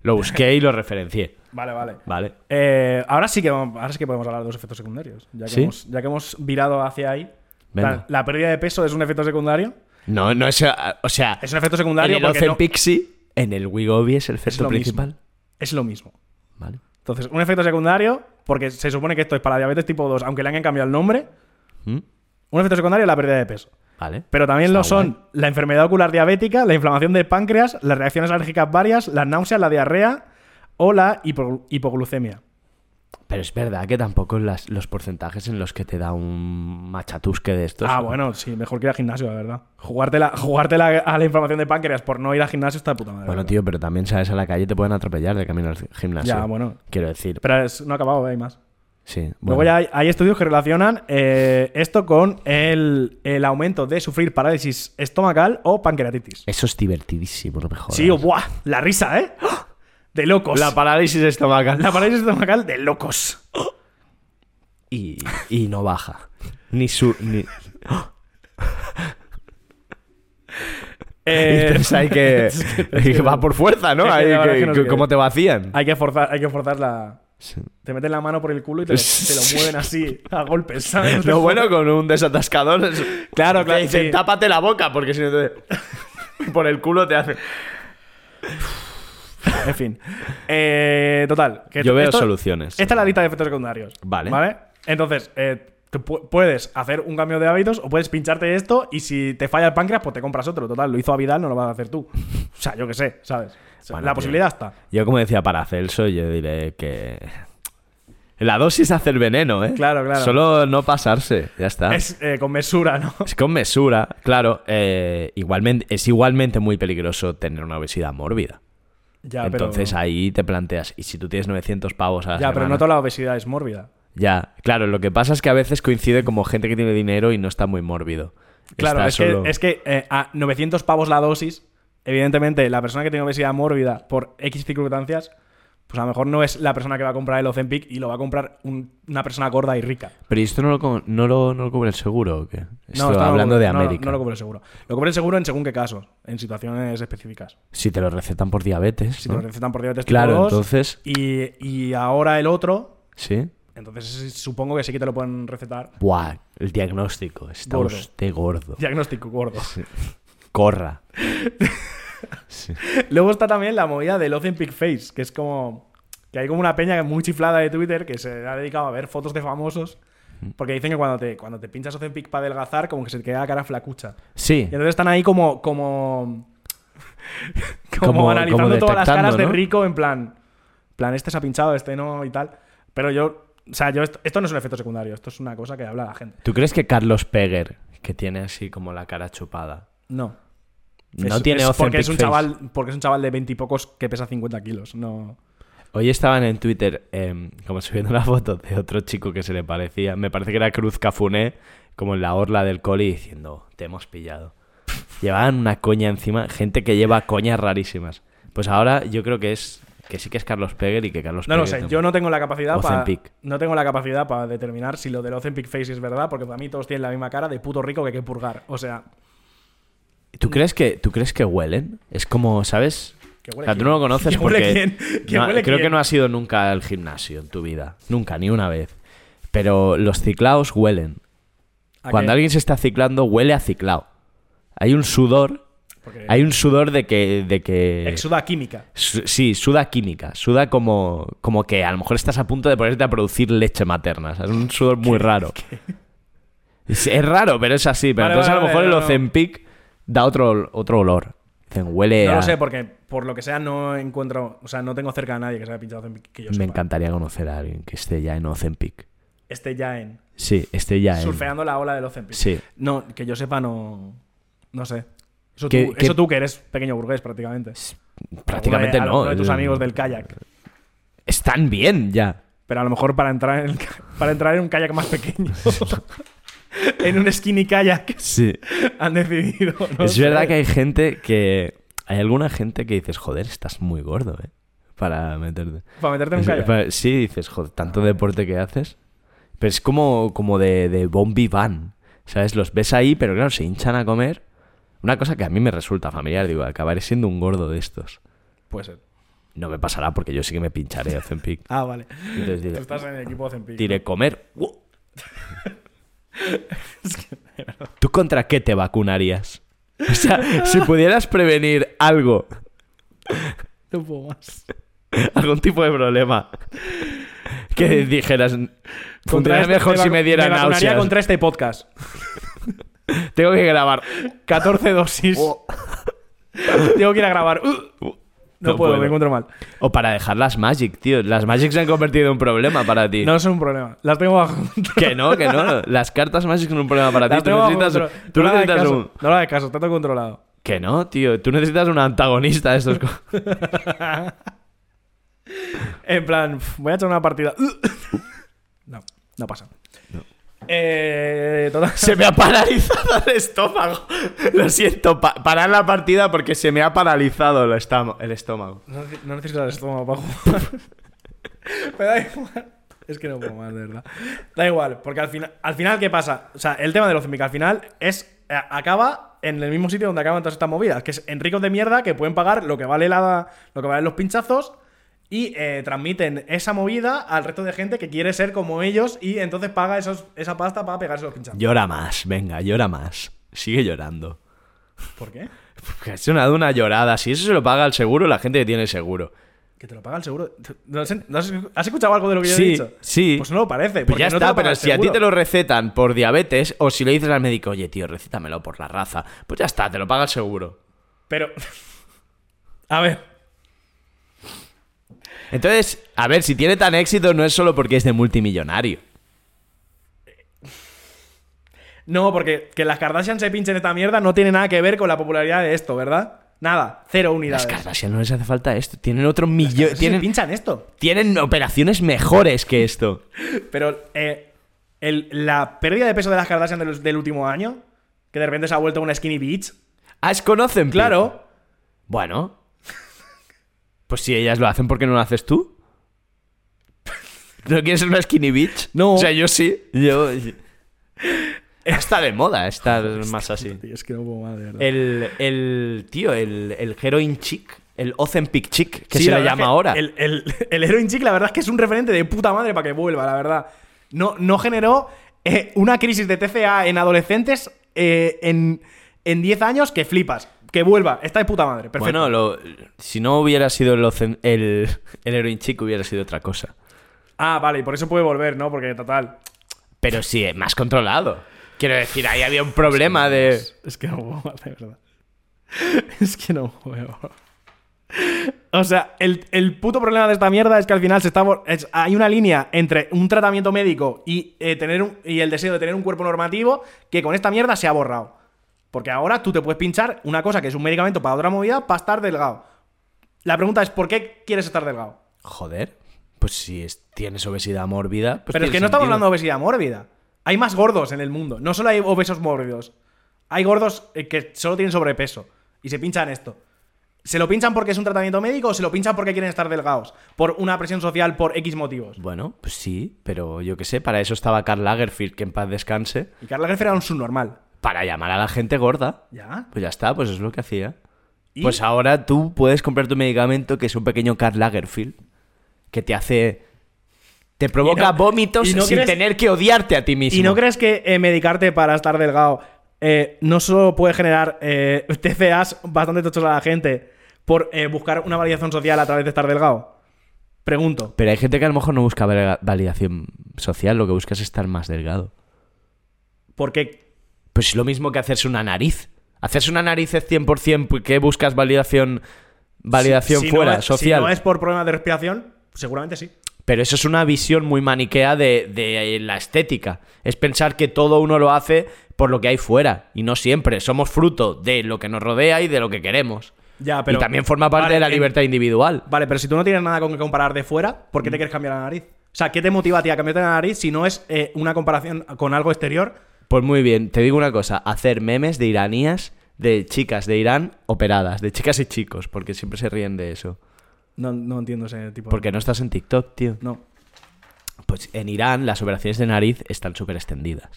A: lo busqué y lo referencié,
B: Vale, vale.
A: ¿vale?
B: Eh, ahora, sí que, vamos- ahora sí que podemos hablar de los efectos secundarios. Ya que,
A: ¿Sí?
B: hemos, ya que hemos virado hacia ahí.
A: Venga.
B: La, la pérdida de peso es un efecto secundario.
A: No, no es, o sea,
B: Es un efecto secundario
A: en el
B: porque no-
A: Pixie, en el Wigobi es el efecto
B: lo mismo.
A: principal,
B: es lo mismo.
A: ¿vale?
B: Entonces, un efecto secundario, porque se supone que esto es para diabetes tipo 2, aunque le hayan cambiado el nombre.
A: ¿Mm?
B: Un efecto secundario es la pérdida de peso.
A: ¿Vale?
B: Pero también lo
A: Está
B: son la enfermedad ocular diabética, la inflamación del páncreas, las reacciones alérgicas varias, las náuseas, la diarrea o la hipo- hipoglucemia.
A: Pero es verdad que tampoco las- los porcentajes en los que te da un machatusque de estos.
B: ah, bueno, sí, mejor que ir al gimnasio, la verdad. Jugártela, jugártela a la inflamación de páncreas por no ir al gimnasio está de puta madre.
A: Bueno,
B: la verdad.
A: tío, pero también sales a la calle y te pueden atropellar de camino al gimnasio.
B: Ya, bueno.
A: Quiero decir,
B: Pero es- no ha acabado, ¿eh? hay más.
A: sí.
B: Luego
A: bueno.
B: ya hay, hay estudios que relacionan eh, esto con el, el aumento de sufrir parálisis estomacal o pancreatitis.
A: Eso es divertidísimo, lo mejor. ¿eh?
B: Sí, oh, o buah, la risa, ¿eh? ¡Ah! De locos.
A: La parálisis estomacal.
B: la parálisis estomacal de locos.
A: Y, y no baja. Ni su. Ni...
B: Eh,
A: Entonces hay que. que va por fuerza, ¿no?
B: Es que
A: Hay
B: la verdad
A: que-
B: es que no
A: que-
B: sé qué
A: ¿Cómo
B: es.
A: te vacían?
B: Hay que forzar, hay que forzar la.
A: Sí.
B: Te meten la mano por el culo y te lo, te lo mueven así, a golpes, ¿sabes?
A: Lo bueno con un desatascador es-
B: Claro, claro,
A: Te dicen,
B: sí.
A: tápate la boca, porque si no te. por el culo te hace.
B: En fin. Eh, total. que
A: Yo veo
B: esto-
A: soluciones.
B: Esta es la lista de efectos secundarios.
A: Vale.
B: Entonces, eh, tú pu- puedes hacer un cambio de hábitos o puedes pincharte esto y si te falla el páncreas, pues te compras otro. Total, lo hizo a Vidal, no lo vas a hacer tú. O sea, yo qué sé, ¿sabes? O sea,
A: Bueno,
B: la
A: tío.
B: posibilidad está.
A: Yo, como decía Paracelso, yo diré que. La dosis hace el veneno, ¿eh?
B: Claro, claro.
A: Solo no pasarse, ya está. Es,
B: Es eh, con mesura, ¿no?
A: con mesura, claro. eh, igualmente, es igualmente muy peligroso tener una obesidad mórbida.
B: ya,
A: Entonces
B: pero,
A: ahí te planteas, y si tú tienes 900 pavos a la
B: Ya, pero
A: semana?
B: no toda la obesidad es mórbida.
A: Ya, claro, lo que pasa es que a veces coincide como gente que tiene dinero y no está muy mórbido.
B: Claro,
A: Está
B: es que,
A: solo-
B: es que eh, a 900 pavos la dosis, evidentemente la persona que tiene obesidad mórbida por X circunstancias, pues a lo mejor no es la persona que va a comprar el Ozempic y lo va a comprar un- una persona gorda y rica.
A: Pero ¿y esto no lo, co- no lo, no lo cubre el seguro o qué? Esto
B: esto lo
A: hablando
B: cubre-
A: de
B: no lo-
A: América.
B: No, lo cubre el seguro. Lo cubre el seguro en según qué casos, en situaciones específicas.
A: Si te lo recetan por diabetes.
B: Si
A: ¿no?
B: te lo recetan por diabetes tipo
A: Claro,
B: 2,
A: entonces-
B: Y, y ahora el otro,
A: Sí.
B: entonces supongo que sí que te lo pueden recetar.
A: Buah, el diagnóstico. Está
B: Gordo.
A: usted gordo.
B: Diagnóstico gordo.
A: corra.
B: Sí. Luego está también la movida del Ozempic Face, que es como. Que hay como una peña muy chiflada de Twitter que se ha dedicado a ver fotos de famosos.
A: Mm.
B: Porque dicen que cuando te, cuando te pinchas Ozempic para adelgazar, como que se te queda la cara flacucha.
A: Sí.
B: Y entonces están ahí como. como. como,
A: Como-
B: analizando
A: como
B: todas las caras
A: detectando,
B: de
A: ¿no?
B: rico, en plan. en plan, este se ha pinchado, este no, y tal. Pero yo. O sea, yo esto, esto no es un efecto secundario, esto es una cosa que habla la gente.
A: ¿Tú crees que Carlos Peguer, que tiene así como la cara chupada,
B: No.
A: no
B: Es-
A: tiene
B: es
A: Ocean
B: porque es
A: Big
B: un
A: Face?
B: chaval Porque es un chaval de veintipocos que pesa 50 kilos. No.
A: Hoy estaban en Twitter em, como subiendo la foto de otro chico que se le parecía. Me parece que era Cruz Cafuné, como en la orla del coli, diciendo, te hemos pillado. Llevaban una coña encima, gente que lleva coñas rarísimas. Pues ahora yo creo que es que sí que es Carlos Peguer y Pues que Carlos
B: No lo
A: Peguer...
B: sé,
A: tam-
B: yo no tengo la capacidad para
A: Ozempic.
B: no tengo la capacidad para determinar si lo del Ozempic Face es verdad, porque para mí todos tienen la misma cara de puto rico que hay que purgar, o sea,
A: ¿Tú crees que tú crees que huelen? Es como, ¿sabes?
B: ¿Que huele
A: O sea, tú
B: quién?
A: no lo conoces
B: ¿Que huele
A: porque
B: quién? ¿Que
A: no-
B: huele
A: creo
B: quién?
A: que no has ido nunca al gimnasio en tu vida, nunca ni una vez. Pero los ciclaos huelen.
B: ¿a
A: Cuando
B: qué?
A: alguien se está ciclando huele a ciclao. Hay un sudor,
B: Porque
A: hay un sudor de que de que
B: exuda química.
A: su- sí, suda química, suda como como que a lo mejor estás a punto de ponerte a producir leche materna, o sea, es un sudor muy raro. Es, es raro, pero es así, pero
B: Vale,
A: entonces
B: vale,
A: a lo mejor
B: vale, no,
A: el
B: no.
A: Ozempic da otro otro olor. Dicen, huele
B: No
A: a-
B: lo sé porque por lo que sea no encuentro, o sea, no tengo cerca a nadie que se haya pinchado Ozempic que yo
A: Me
B: sepa.
A: encantaría conocer a alguien que esté ya en Ozempic.
B: Este ya en
A: Sí, esté ya en...
B: surfeando la ola del Ozempic.
A: Sí.
B: No, que yo sepa no no sé. Eso,
A: ¿Qué-
B: tú,
A: qué-
B: eso tú que eres pequeño burgués prácticamente. eh,
A: Prácticamente no.
B: Alguno de- alguno de tus amigos del kayak.
A: Están bien ya.
B: Pero a lo mejor para entrar en, el ca- para entrar en un kayak más pequeño. en un skinny kayak
A: Sí.
B: han decidido. no
A: es
B: sé.
A: verdad que hay gente que... Hay alguna gente que dices, joder, estás muy gordo, ¿eh? Para meterte...
B: Para meterte en un kayak.
A: Pa- Sí, dices, joder, tanto deporte que haces. Pero es como, como de, de bombi van. ¿Sabes? Los ves ahí, pero claro, se hinchan a comer. Una cosa que a mí me resulta familiar, digo, acabaré siendo un gordo de estos.
B: Puede ser.
A: No me pasará porque yo sí que me pincharé a Ozempic.
B: Ah, vale.
A: Entonces
B: Tú
A: diré,
B: estás en el equipo de Zempic.
A: diré comer. ¡Uh! ¿Tú contra qué te vacunarías? O sea, si pudieras prevenir algo,
B: No puedo más.
A: algún tipo de problema, que dijeras, funcionaría
B: Contra este-
A: mejor si
B: vacu-
A: me diera
B: vacunaría
A: náuseas.
B: contra este podcast.
A: Tengo que grabar.
B: 14 dosis.
A: Oh.
B: Tengo que ir a grabar. Uh, no, puedo, me encuentro mal.
A: O para dejar las Magic, tío. Las Magic se han convertido en un problema para ti.
B: No son un problema. Las tengo bajo control.
A: Que no, que no. Las cartas Magic son un problema para ti.
B: Las
A: Tú
B: tengo bajo
A: necesitas,
B: control.
A: tú
B: no le hagas
A: necesitas
B: caso,
A: un...
B: No le hagas caso, tanto controlado.
A: Que no, tío. Tú necesitas un antagonista de estos... co-
B: En plan, "Pf, voy a echar una partida. No, no pasa. Eh, total,
A: Se me ha paralizado el estómago. Lo siento, pa- parar la partida porque se me ha paralizado el, estamo- el estómago.
B: no, nece- no necesito el estómago para jugar. Me da igual. Es que no puedo más, de verdad. Da igual, porque al, final al final, ¿qué pasa? O sea, el tema de los al final es. eh, acaba en el mismo sitio donde acaban todas estas movidas, que es en ricos de mierda que pueden pagar lo que vale la, lo que valen los pinchazos y eh, transmiten esa movida al resto de gente que quiere ser como ellos y entonces paga esos, esa pasta para pegarse los pinchazos.
A: Llora más, venga, llora más. Sigue llorando.
B: ¿Por qué?
A: Porque es una de una llorada. Si eso se lo paga el seguro, la gente que tiene seguro. Pues
B: Que te lo paga el seguro. ¿No has- no has- ¿Has escuchado algo de lo que yo
A: Sí,
B: he dicho?
A: sí.
B: Pues no lo parece.
A: Pues
B: porque
A: ya
B: no te
A: está,
B: lo paga
A: pero
B: el
A: si a ti
B: seguro.
A: te lo recetan por diabetes o si le dices al médico, oye tío, recétamelo por la raza, pues ya está, te lo paga el seguro.
B: Pero. A ver.
A: Entonces, a ver, si tiene tan éxito no es solo porque es de multimillonario.
B: No, porque que las Kardashian se pinchen esta mierda no tiene nada que ver con la popularidad de esto, ¿verdad? Nada. Cero
A: Las
B: unidades.
A: Kardashian no les hace falta esto, tienen otro millón,
B: Kardashian se
A: tienen,
B: pinchan esto.
A: tienen operaciones mejores que esto.
B: Pero eh, el- la pérdida de peso de las Kardashian del, del último año, que de repente se ha vuelto una skinny bitch.
A: Ah, es conocen,
B: Claro.
A: Bueno. Pues si ellas lo hacen, ¿por qué no lo haces tú? ¿No quieres ser una skinny bitch?
B: No.
A: O sea, yo sí. Yo... Está de moda estar más así.
B: Tío, es que no puedo más, de verdad.
A: El, el tío, el, el heroin chic, el Ozempic chic, que
B: Sí,
A: se
B: la
A: le
B: verdad
A: llama
B: es que
A: ahora.
B: El, el, el Heroin Chic, la verdad es que es un referente de puta madre para que vuelva, la verdad. No, no generó eh, una crisis de TCA en adolescentes eh, en, en 10 años que flipas. Que vuelva. Está de puta madre. Perfecto.
A: Bueno, lo- si no hubiera sido el, ocen- el, el heroin chico, hubiera sido otra cosa.
B: Ah, vale, y por eso puede volver, ¿no? Porque total.
A: Pero sí, eh, más controlado. Quiero decir, ahí había un problema de.
B: Es que no puedo, de verdad. Es que no puedo. O sea, el, el puto problema de esta mierda es que al final se está vol- es- hay una línea entre un tratamiento médico y, eh, tener un- y el deseo de tener un cuerpo normativo que con esta mierda se ha borrado. Porque ahora tú te puedes pinchar una cosa que es un medicamento para otra movida para estar delgado. La pregunta es, ¿por qué quieres estar delgado?
A: Joder. Pues si es- tienes obesidad mórbida. pues
B: Pero
A: tiene
B: es que no estamos
A: sentido.
B: hablando de obesidad mórbida. Hay más gordos en el mundo. No solo hay obesos mórbidos. Hay gordos eh, que solo tienen sobrepeso y se pinchan esto. ¿Se lo pinchan porque es un tratamiento médico o se lo pinchan porque quieren estar delgados? Por una presión social, por X motivos.
A: Bueno, pues sí, pero yo qué sé, para eso estaba Karl Lagerfeld, que en paz descanse,
B: Y Carla Greff era un subnormal.
A: para llamar a la gente gorda.
B: ¿Ya?
A: Pues ya está, pues es lo que hacía.
B: ¿Y?
A: Pues ahora tú puedes comprar tu medicamento, que es un pequeño Karl Lagerfeld, que te hace. te provoca
B: no-
A: vómitos
B: y no
A: sin
B: crees-
A: tener que odiarte a ti mismo.
B: ¿Y no crees que eh, medicarte para estar delgado eh, no solo puede generar eh, TCAs bastante tochos a la gente por eh, buscar una validación social a través de estar delgado? Pregunto.
A: Pero hay gente que a lo mejor no busca valga- validación social, lo que busca es estar más delgado.
B: ¿Por qué
A: Pues es lo mismo que hacerse una nariz. Hacerse una nariz es 100% porque pues, buscas validación, validación
B: Si- si
A: fuera,
B: no es-
A: social.
B: Si no es por problemas de respiración, seguramente sí.
A: Pero eso es una visión muy maniquea de, de eh, la estética. Es pensar que todo uno lo hace por lo que hay fuera. Y no siempre. Somos fruto de lo que nos rodea y de lo que queremos.
B: Ya, Ah, pero.
A: y también forma parte
B: Vale,
A: de la
B: en-
A: libertad Mm. individual.
B: Vale, pero si tú no tienes nada con que comparar de fuera, ¿por qué te quieres cambiar la nariz? O sea, ¿qué te motiva a ti a cambiarte la nariz si no es eh, una comparación con algo exterior?
A: Pues muy bien, te digo una cosa. Hacer memes de iranías, de chicas de Irán operadas, de chicas y chicos, porque siempre se ríen de eso.
B: No, no entiendo ese tipo de.
A: Porque no estás en TikTok, tío.
B: No.
A: Pues en Irán las operaciones de nariz están súper extendidas.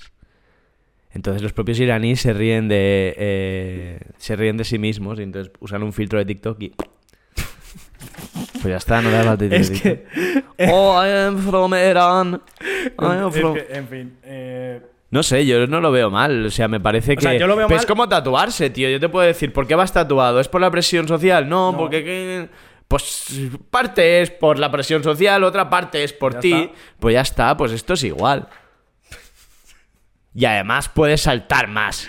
A: Entonces los propios iraníes se ríen de eh, se ríen de sí mismos y entonces usan un filtro de TikTok y pues ya está, no le hagas de
B: Es
A: TikTok.
B: que.
A: Oh, I am from Iran. I am from...
B: Es que, en fin. eh,
A: No sé, yo no lo veo mal. O sea, me parece que.
B: sea, yo lo veo
A: Pero
B: mal-
A: Es como tatuarse, tío. Yo te puedo decir, ¿por qué vas tatuado? ¿Es por la presión social? No,
B: No.
A: porque. que- Pues parte es por la presión social, otra parte es por
B: Ya
A: ti.
B: está.
A: Pues ya está, pues esto es igual. Y además puedes saltar más.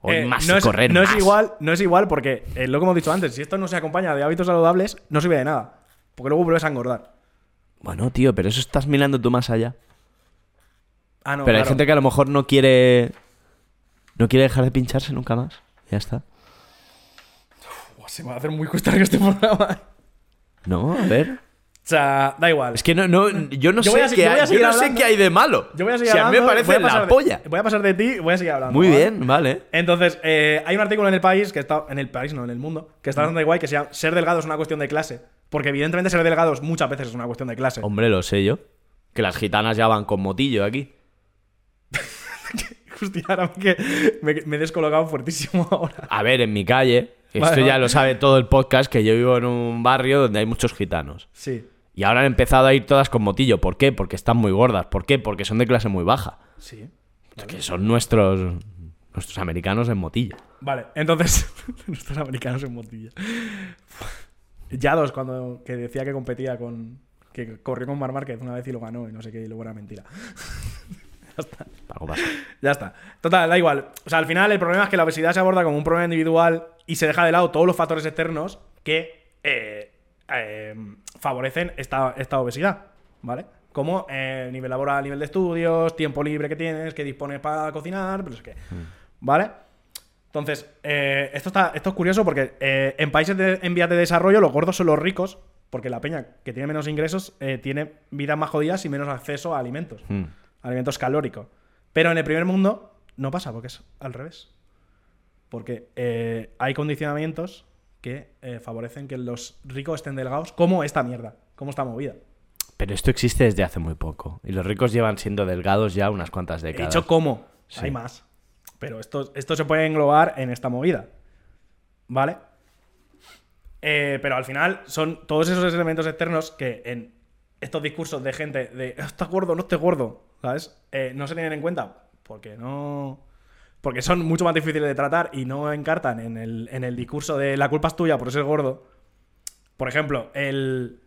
A: O
B: eh,
A: más
B: no
A: y
B: es,
A: correr
B: no
A: más.
B: es igual, no es igual porque, eh, lo que hemos dicho antes, si esto no se acompaña de hábitos saludables, no sirve de nada. Porque luego vuelves a engordar.
A: Bueno, tío, pero eso estás mirando tú más allá.
B: Ah, no.
A: pero hay
B: claro.
A: gente que a lo mejor no quiere. No quiere dejar de pincharse nunca más. Ya está.
B: Buah, se me va a hacer muy cuesta este programa.
A: No, a ver.
B: O sea, da igual.
A: Es que no, no, yo no
B: Yo voy a
A: sé
B: se-
A: qué
B: yo voy a
A: hay, yo
B: seguir
A: no sé
B: hablando.
A: qué hay de malo.
B: Yo voy a seguir
A: Si
B: hablando.
A: a mí me
B: voy
A: parece
B: a pasar
A: la
B: de-
A: polla.
B: Voy a pasar de ti y voy a seguir hablando.
A: Muy
B: ¿vale?
A: bien, vale.
B: Entonces, eh, hay un artículo en el país que está. En el país, no, en el mundo, que
A: Mm.
B: está bastante guay, que sea ser delgado es una cuestión de clase. Porque evidentemente ser delgados muchas veces es una cuestión de clase.
A: Hombre, lo sé yo. Que las gitanas ya van con motillo aquí.
B: Hostia, ahora que me, me he descolocado fuertísimo ahora.
A: A ver, en mi calle, esto
B: Vale,
A: ya
B: vale.
A: lo sabe todo el podcast, que yo vivo en un barrio donde hay muchos gitanos.
B: Sí,
A: Y ahora han empezado a ir todas con motillo. ¿Por qué? Porque están muy gordas. ¿Por qué? Porque son de clase muy baja.
B: sí.
A: Que son nuestros, nuestros americanos en motillo.
B: Vale, entonces. Nuestros americanos en motilla. Yados, cuando que decía que competía con. que corrió con Mar Márquez una vez y lo ganó y no sé qué, y luego era mentira.
A: Algo pasa.
B: Ya está. Total, da igual. O sea, al final el problema es que la obesidad se aborda como un problema individual y se deja de lado todos los factores externos que eh, eh, favorecen esta, esta obesidad, ¿vale? Como eh, nivel laboral, nivel de estudios, tiempo libre que tienes, que dispones para cocinar, pero es que... ¿Vale? Entonces, eh, esto, está, esto es curioso porque eh, en países de- en vías de desarrollo los gordos son los ricos, porque la peña que tiene menos ingresos eh, tiene vidas más jodidas y menos acceso a alimentos
A: Mm.
B: alimentos calóricos. Pero en el primer mundo no pasa, porque es al revés. Porque eh, hay condicionamientos que eh, favorecen que los ricos estén delgados, como esta mierda, como esta movida.
A: Pero esto existe desde hace muy poco. Y los ricos llevan siendo delgados ya unas cuantas
B: He
A: décadas.
B: dicho cómo,
A: Sí.
B: hay más. Pero esto, esto se puede englobar en esta movida. ¿Vale? Eh, pero al final son todos esos elementos externos que en estos discursos de "Oh, gente de estás gordo, no estés gordo, ¿sabes? Eh, no se tienen en cuenta porque no. porque son mucho más difíciles de tratar y no encartan en el, en el discurso de la culpa es tuya por ser gordo. Por ejemplo, el,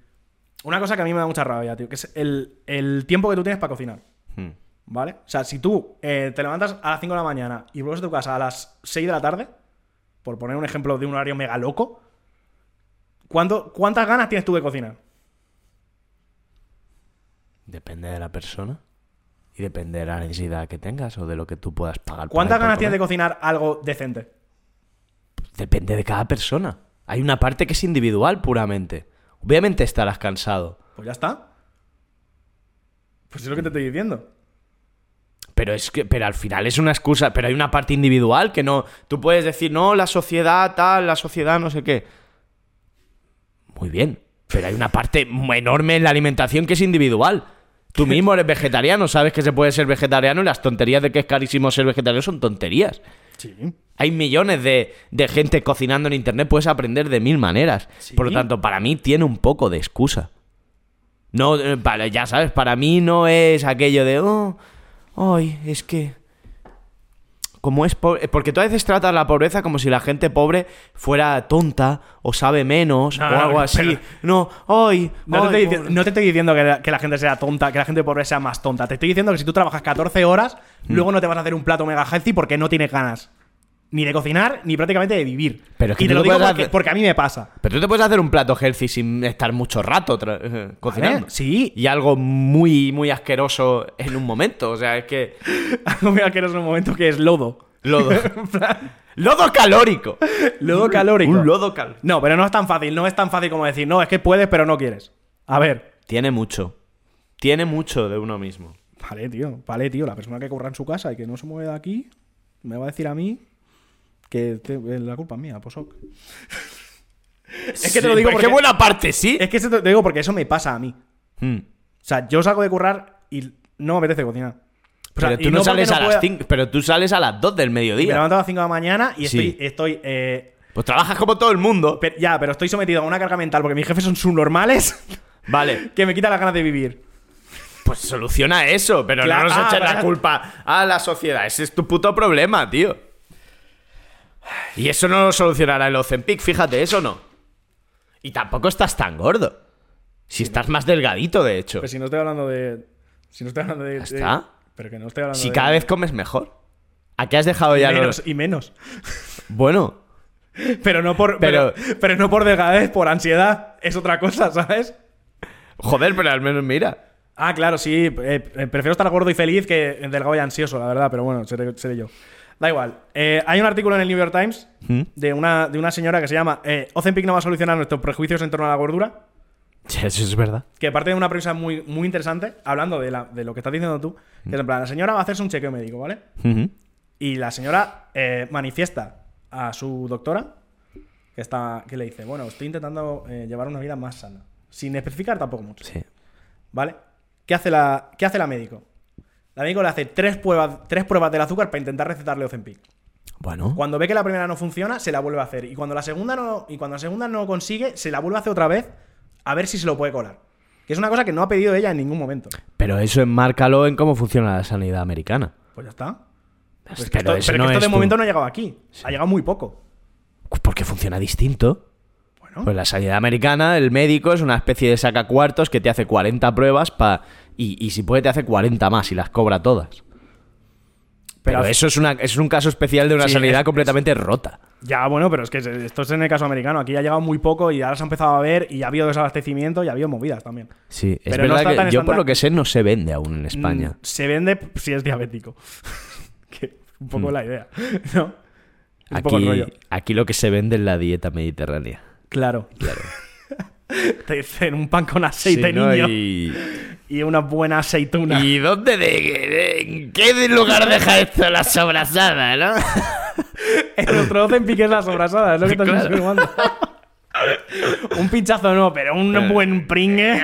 B: una cosa que a mí me da mucha rabia, tío, que es el, el tiempo que tú tienes para cocinar.
A: Hmm.
B: ¿Vale? O sea, si tú eh, te levantas a las 5 de la mañana y vuelves a tu casa a las 6 de la tarde, por poner un ejemplo de un horario mega loco, ¿cuánto- ¿cuántas ganas tienes tú de cocinar?
A: Depende de la persona y depende de la necesidad que tengas o de lo que tú puedas pagar. por
B: ¿Cuántas
A: ahí por
B: ganas tienes de
A: comer.
B: cocinar algo decente?
A: Depende de cada persona. Hay una parte que es individual puramente. Obviamente estarás cansado,
B: Pues ya está. Pues es lo que te estoy diciendo.
A: pero es que pero al final es una excusa, pero hay una parte individual que no tú puedes decir, "No, la sociedad tal, la sociedad no sé qué." Muy bien, pero hay una parte enorme en la alimentación que es individual. Tú mismo eres vegetariano, sabes que se puede ser vegetariano y las tonterías de que es carísimo ser vegetariano son tonterías.
B: Sí.
A: Hay millones de, de gente cocinando en internet, puedes aprender de mil maneras.
B: Sí.
A: Por lo tanto, para mí tiene un poco de excusa. No, eh, para, ya sabes, para mí no es aquello de, oh, ay, es que. Como es pobre. Porque tú a veces tratas la pobreza como si la gente pobre fuera tonta o sabe menos
B: No,
A: o
B: no,
A: algo
B: no,
A: así.
B: espera.
A: No, ay,
B: No te,
A: ay, pues.
B: estoy dici-
A: pobre".
B: no te estoy diciendo que la, que la gente sea tonta, que la gente pobre sea más tonta. Te estoy diciendo que si tú trabajas 14 horas,
A: Mm.
B: luego no te vas a hacer un plato mega healthy porque no tienes ganas. Ni de cocinar, ni prácticamente de vivir.
A: Pero es que
B: y te
A: tú
B: lo
A: no
B: digo
A: puedes
B: porque,
A: hacer-
B: porque a mí me pasa.
A: Pero tú te puedes hacer un plato healthy sin estar mucho rato tra- eh, cocinando.
B: Vale, Sí.
A: Y algo muy, muy asqueroso en un momento. O sea, es que.
B: Algo mega que no es un momento que es lodo.
A: Lodo. lodo calórico.
B: Lodo calórico.
A: Un lodo calórico.
B: No, pero no es tan fácil. No es tan fácil como decir, no, es que puedes, pero no quieres. A ver.
A: Tiene mucho. Tiene mucho de uno mismo.
B: Vale, tío. Vale, tío. La persona que curra en su casa y que no se mueve de aquí me va a decir a mí que te- la culpa es mía, pues ok.
A: Es
B: que te lo digo
A: porque...
B: porque-
A: Qué buena parte, sí.
B: Es que eso te te digo porque eso me pasa a mí.
A: Mm.
B: O sea, yo salgo de currar y no me apetece cocinar. O sea,
A: Pero
B: y
A: tú no,
B: porque
A: sales a
B: pueda-
A: las 5. Pero tú sales a las 2 del
B: Me
A: mediodía.
B: levanto a las 5 de la mañana y
A: Sí.
B: estoy. estoy eh,
A: Pues trabajas como todo el mundo.
B: pe- ya, pero estoy sometido a una carga mental porque mis jefes son subnormales
A: Vale.
B: que me quitan las ganas de vivir.
A: Pues soluciona eso. Pero
B: Claro,
A: no nos
B: ah,
A: eches la
B: para-
A: culpa a la sociedad. Ese es tu puto problema, tío. Y eso no lo solucionará el Ozempic, fíjate, eso no. Y tampoco estás tan gordo. Si estás más delgadito, de hecho.
B: Pero si no estoy hablando de. Si no estoy hablando de.
A: Ya
B: de-
A: está.
B: pero que no estoy hablando
A: Si
B: de.
A: cada vez comes mejor. ¿A qué has dejado ya
B: menos,
A: los.?
B: y menos.
A: Bueno,
B: Pero no por.
A: Pero-
B: Pero, pero no por delgadez, por ansiedad. Es otra cosa, ¿sabes?
A: joder, pero al menos mira.
B: Ah, claro, sí. eh, eh, prefiero estar gordo y feliz que delgado y ansioso, la verdad, pero bueno, seré, seré yo. Da igual. Eh, hay un artículo en el New York Times
A: ¿Mm?
B: de una, de una señora que se llama eh, Ozempic no va a solucionar nuestros prejuicios en torno a la gordura,
A: Sí, Eso es verdad.
B: que parte de una premisa muy, muy interesante, hablando de, la- de lo que estás diciendo tú, que es
A: Mm.
B: en plan, la señora va a hacerse un chequeo médico, ¿vale?
A: Ujú.
B: Y la señora eh, manifiesta a su doctora que, está, que le dice, bueno, estoy intentando eh, llevar una vida más sana, sin especificar tampoco mucho.
A: Sí.
B: ¿Vale? ¿Qué hace la, qué hace la médico? La médico le hace tres pruebas, tres pruebas del azúcar para intentar recetarle Ozempic.
A: Bueno.
B: Cuando ve que la primera no funciona, se la vuelve a hacer. Y cuando la segunda no, y cuando la segunda no consigue, se la vuelve a hacer otra vez a ver si se lo puede colar. Que es una cosa que no ha pedido ella en ningún momento.
A: Pero eso enmárcalo en cómo funciona la sanidad americana.
B: Pues ya está. Pero es Pues que
A: pero
B: esto,
A: eso
B: pero que
A: no
B: esto de
A: es tu-
B: momento no ha llegado aquí. Ha llegado muy poco.
A: Porque funciona distinto.
B: Bueno,
A: Pues la sanidad americana, el médico es una especie de sacacuartos que te hace 40 pruebas pa... y, y si puede te hace 40 más y las cobra todas. Pero, eso es, una, es un caso especial de una
B: Sí,
A: sanidad
B: es-
A: completamente rota.
B: Ya, bueno, pero es que se- esto es en el caso americano. Aquí ha llegado muy poco y ahora se ha empezado a ver y ha habido desabastecimiento y ha habido movidas también.
A: Sí, es
B: Pero no
A: verdad
B: está tan
A: que yo por lo
B: estandar-
A: que sé no se vende aún en España.
B: Mm, Se vende p- si es diabético. que es un poco la idea, ¿no? Es un poco el
A: Mm. Aquí,
B: rollo.
A: aquí lo que se vende es la dieta mediterránea.
B: Claro.
A: Claro.
B: Te dicen un pan con aceite,
A: Sí, ¿no?
B: niño. Y...
A: Y,
B: una buena aceituna.
A: ¿y dónde de, de- en qué lugar deja esto la sobrasada, no?
B: El otro en piques las sobrasadas, es lo que te
A: Claro.
B: estás insinuando. un pinchazo no, pero un buen pringue.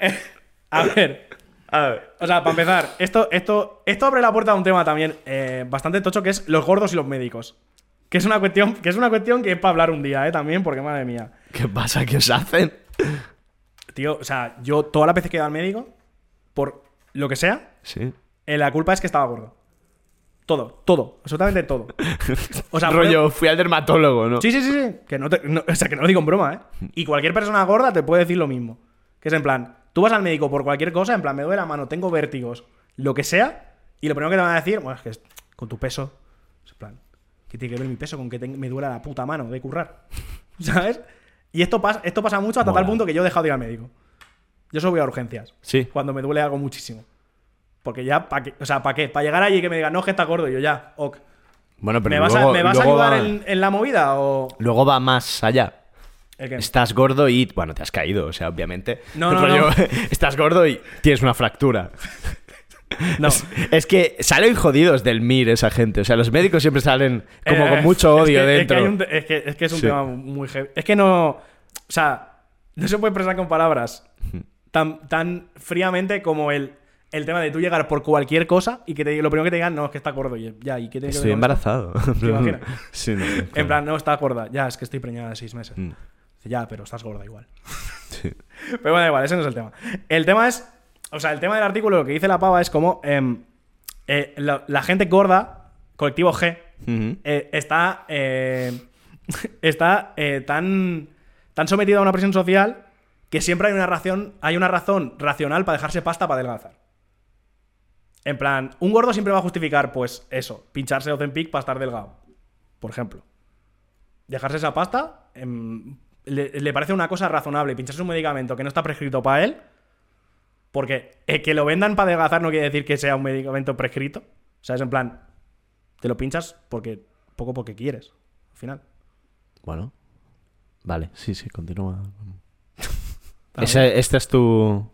B: Eh, A ver. O sea, para empezar, esto, esto, esto abre la puerta a un tema también eh, bastante tocho que es los gordos y los médicos. Que es una cuestión que es una cuestión que es para hablar un día, eh, también, porque madre mía.
A: ¿Qué pasa? ¿Qué os hacen?
B: Tío, o sea, yo todas las veces que he ido al médico, por lo que sea,
A: Sí.
B: eh, la culpa es que estaba gordo. Todo, todo, absolutamente todo. O sea,
A: Rollo, fui al dermatólogo, ¿no?
B: puede- Sí, sí, sí, sí. Que no te- no- o sea, que no lo digo en broma, ¿eh? Y cualquier persona gorda te puede decir lo mismo. Que es en plan, tú vas al médico por cualquier cosa, en plan, me duele la mano, tengo vértigos, lo que sea, y lo primero que te van a decir, bueno, es que es- con tu peso, es en plan, ¿qué tiene que ver mi peso con que te- me duela la puta mano de currar? ¿Sabes? Y esto pasa, esto pasa mucho hasta tal
A: Mola.
B: punto que yo he dejado de ir al médico. Yo solo voy a urgencias.
A: Sí.
B: Cuando me duele algo muchísimo. Porque ya, ¿para qué? O sea, ¿para qué? Para llegar allí y que me digan, no, es que está gordo. Y yo ya, ok.
A: Bueno, pero
B: ¿Me vas,
A: luego,
B: a, ¿me vas a
A: luego
B: ayudar
A: va-
B: en, en la movida o...?
A: luego va más allá.
B: el que-
A: Estás gordo y, bueno, te has caído, o sea, obviamente.
B: No, no,
A: Rollo,
B: no.
A: Estás gordo y tienes una fractura.
B: No.
A: Es, es que salen jodidos del MIR esa gente. O sea, los médicos siempre salen como
B: Eh,
A: con mucho
B: es
A: odio
B: que- es que
A: dentro.
B: hay un te- Es que, es, que, es un
A: Sí.
B: tema muy heavy. Es que no... O sea, no se puede expresar con palabras tan, tan fríamente como el, el tema de tú llegar por cualquier cosa y que te, lo primero que te digan, no, es que está gordo. Y ya, ¿y qué tiene que
A: Estoy
B: ver con esto?
A: embarazado.
B: imaginas?
A: Sí, no,
B: En
A: claro.
B: plan, no, está gorda. Ya, es que estoy preñada de seis meses.
A: Mm.
B: Dice, Ya, pero estás gorda igual.
A: Sí.
B: Pero bueno, da igual, ese no es el tema. El tema es. O sea, el tema del artículo, lo que dice la pava es como. em, eh, la, la gente gorda, colectivo G,
A: Ujú.
B: eh, está. eh, está eh, tan. tan sometida a una presión social que siempre hay una razón, hay una razón racional para dejarse pasta para adelgazar. En plan, un gordo siempre va a justificar, pues, eso, pincharse Ozempic para estar delgado, por ejemplo dejarse esa pasta em, le, le parece una cosa razonable. Pincharse un medicamento que no está prescrito para él, porque eh, que lo vendan para adelgazar no quiere decir que sea un medicamento prescrito. O sea, es en plan, te lo pinchas porque poco porque quieres, al final.
A: Bueno. Vale, sí, sí, continúa. Ese- este es tu.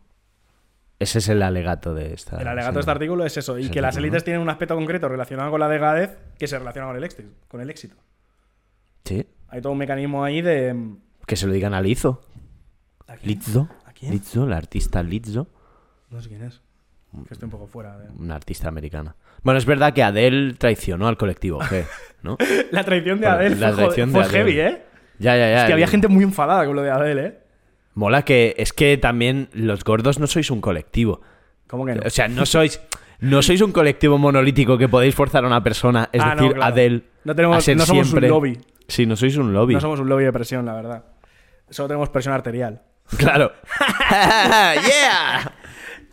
A: Ese es el alegato de esta.
B: El alegato de este
A: semana.
B: artículo es eso, y
A: Sí,
B: que las
A: sí, ¿no?
B: élites tienen un aspecto concreto relacionado con la delgadez que se relaciona con el éxito. Con el éxito.
A: Sí.
B: Hay todo un mecanismo ahí de... em,
A: Que se lo digan a Lizo.
B: ¿a quién?
A: Lizzo.
B: ¿A quién?
A: Lizzo, la artista Lizzo.
B: No sé quién es. Que estoy un poco fuera de...
A: Una artista americana. Bueno, es verdad que Adele traicionó al colectivo G, ¿no?
B: La traición de
A: Bueno,
B: Adele
A: la
B: fue, joder,
A: traición de
B: fue
A: Adele.
B: heavy, ¿eh?
A: Ya, ya, ya.
B: Es que había
A: el-
B: gente muy enfadada con lo de Adele, ¿eh?
A: Mola que es que también los gordos no sois un colectivo.
B: ¿Cómo que no?
A: O sea, no sois, no sois un colectivo monolítico que podéis forzar a una persona, es
B: Ah, no,
A: decir,
B: claro.
A: Adele.
B: No tenemos-
A: a ser
B: no somos un
A: siempre-
B: lobby.
A: Sí, no sois un lobby.
B: No somos un lobby de presión, la verdad. Solo tenemos presión arterial.
A: Claro. ¡Yeah!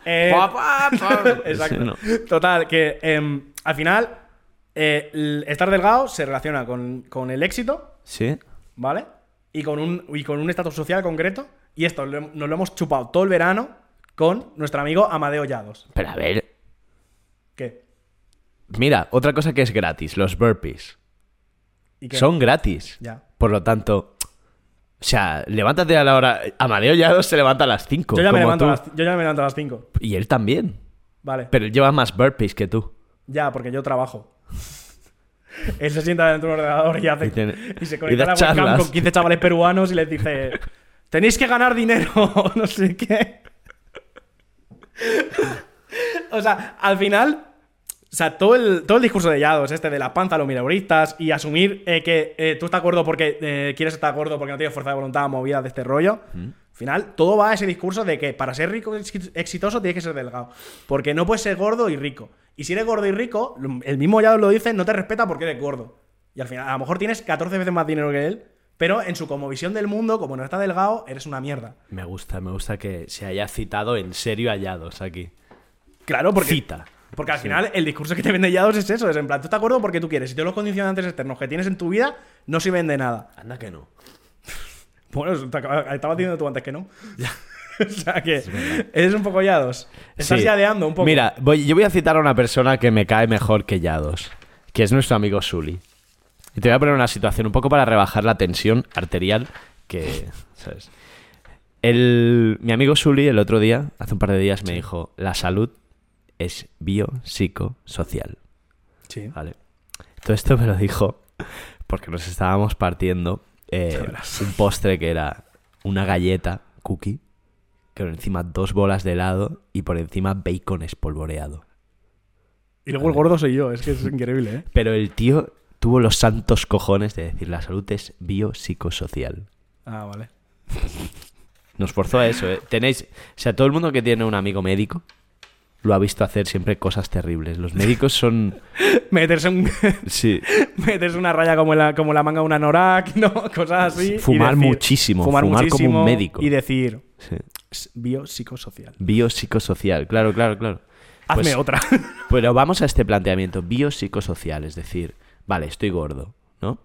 B: Eh,
A: Pa, pa, pa.
B: Exacto.
A: Sí, no.
B: Total, que em, al final eh, el estar delgado se relaciona con, con el éxito,
A: Sí.
B: ¿vale? Y con un y con un estatus social concreto. Y esto lo hem- nos lo hemos chupado todo el verano con nuestro amigo Amadeo Llados.
A: Pero a ver,
B: ¿Qué?
A: mira, otra cosa que es gratis, los burpees.
B: ¿Y qué?
A: Son gratis.
B: Ya.
A: Por lo tanto, o sea, levántate a la hora... Amadeo ya se levanta a las 5.
B: Yo ya, me levanto a las, yo ya me levanto a las 5.
A: Y él también.
B: Vale.
A: Pero él lleva más burpees que tú.
B: Ya, porque yo trabajo. Él se sienta dentro del ordenador y hace.
A: Y
B: Y,
A: tiene- y
B: se conecta a
A: da
B: la webcam
A: charlas.
B: con 15 chavales peruanos y les dice: Tenéis que ganar dinero, o no sé qué. o sea, al final. O sea, todo el, todo el discurso de Yados, este de la panza a los milauristas y asumir eh, que eh, tú estás gordo porque eh, quieres estar gordo porque no tienes fuerza de voluntad movida de este rollo. Al final, todo va a ese discurso de que para ser rico y exi- exitoso tienes que ser delgado. Porque no puedes ser gordo y rico. Y si eres gordo y rico, lo- el mismo Yados lo dice, no te respeta porque eres gordo. Y al final, a lo mejor tienes 14 veces más dinero que él, pero en su como visión del mundo, como no está delgado, eres una mierda.
A: Me gusta, me gusta que se haya citado en serio hallados aquí.
B: Claro, porque.
A: Cita.
B: Porque al
A: Sí.
B: final el discurso que te vende Yados es eso, es en plan, tú te acuerdo porque tú quieres y todos los condicionantes externos que tienes en tu vida no sirven de nada.
A: Anda que no.
B: Bueno, eso te acaba- estabas diciendo tú antes que no. o sea que eres un poco Yados. Estás
A: Sí.
B: yadeando un poco.
A: Mira, voy- yo voy a citar a una persona que me cae mejor que Yados, que es nuestro amigo Sully. Y te voy a poner una situación un poco para rebajar la tensión arterial que, ¿sabes? El, mi amigo Sully el otro día, hace un par de días, me dijo, la salud es biopsicosocial.
B: Sí.
A: Vale. Todo esto me lo dijo porque nos estábamos partiendo eh, un postre que era una galleta cookie, con encima dos bolas de helado y por encima bacon espolvoreado.
B: Y luego el gordo soy yo, es que es increíble, ¿eh?
A: Pero el tío tuvo los santos cojones de decir la salud es biopsicosocial.
B: Ah, vale.
A: Nos forzó a eso, ¿eh? Tenéis, o sea, todo el mundo que tiene un amigo médico lo ha visto hacer siempre cosas terribles. Los médicos son.
B: Meterse, un-
A: Sí.
B: meterse una raya como la, como la manga de una Norak, ¿no? Cosas así. y
A: Fumar muchísimo, fumar como un médico.
B: Y decir,
A: sí.
B: "S- biopsicosocial.
A: Biopsicosocial, claro, claro, claro.
B: Hazme
A: Pues-
B: otra.
A: Pero vamos a este planteamiento biopsicosocial, es decir, vale, estoy gordo, ¿no?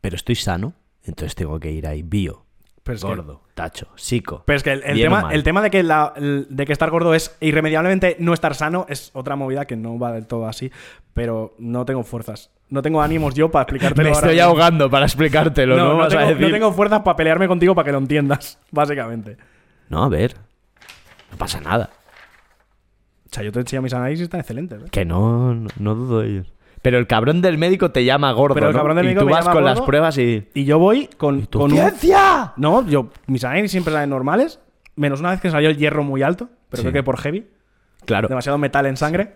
A: Pero estoy sano, entonces tengo que ir ahí bio,
B: Pero es que-
A: gordo, tacho, psico.
B: Pero es que el, el
A: bien o
B: tema,
A: mal.
B: el tema de, que la- el- de que estar gordo es irremediablemente no estar sano es otra movida que no va del todo así, pero no tengo fuerzas. No tengo ánimos yo para explicártelo.
A: Me
B: ahora
A: estoy
B: mismo.
A: ahogando para explicártelo, ¿no?
B: No, no
A: Vas
B: tengo,
A: a
B: no
A: decir-
B: tengo fuerzas para pelearme contigo para que lo entiendas, básicamente.
A: No, a ver. No pasa nada.
B: O sea, yo te enseño mis análisis, están excelentes. ¿eh?
A: Que no, no, no dudo de ello. Pero el cabrón del médico te llama gordo.
B: Pero el
A: ¿no?
B: cabrón del
A: y
B: médico
A: tú
B: me
A: vas
B: llama
A: con
B: gordo.
A: las pruebas y.
B: Y yo voy con,
A: ¡Tu
B: con un-
A: ciencia!
B: No, yo, mis análisis siempre salen normales, menos una vez que salió el hierro muy alto, pero
A: Sí.
B: creo que por heavy,
A: Claro.
B: demasiado metal en sangre.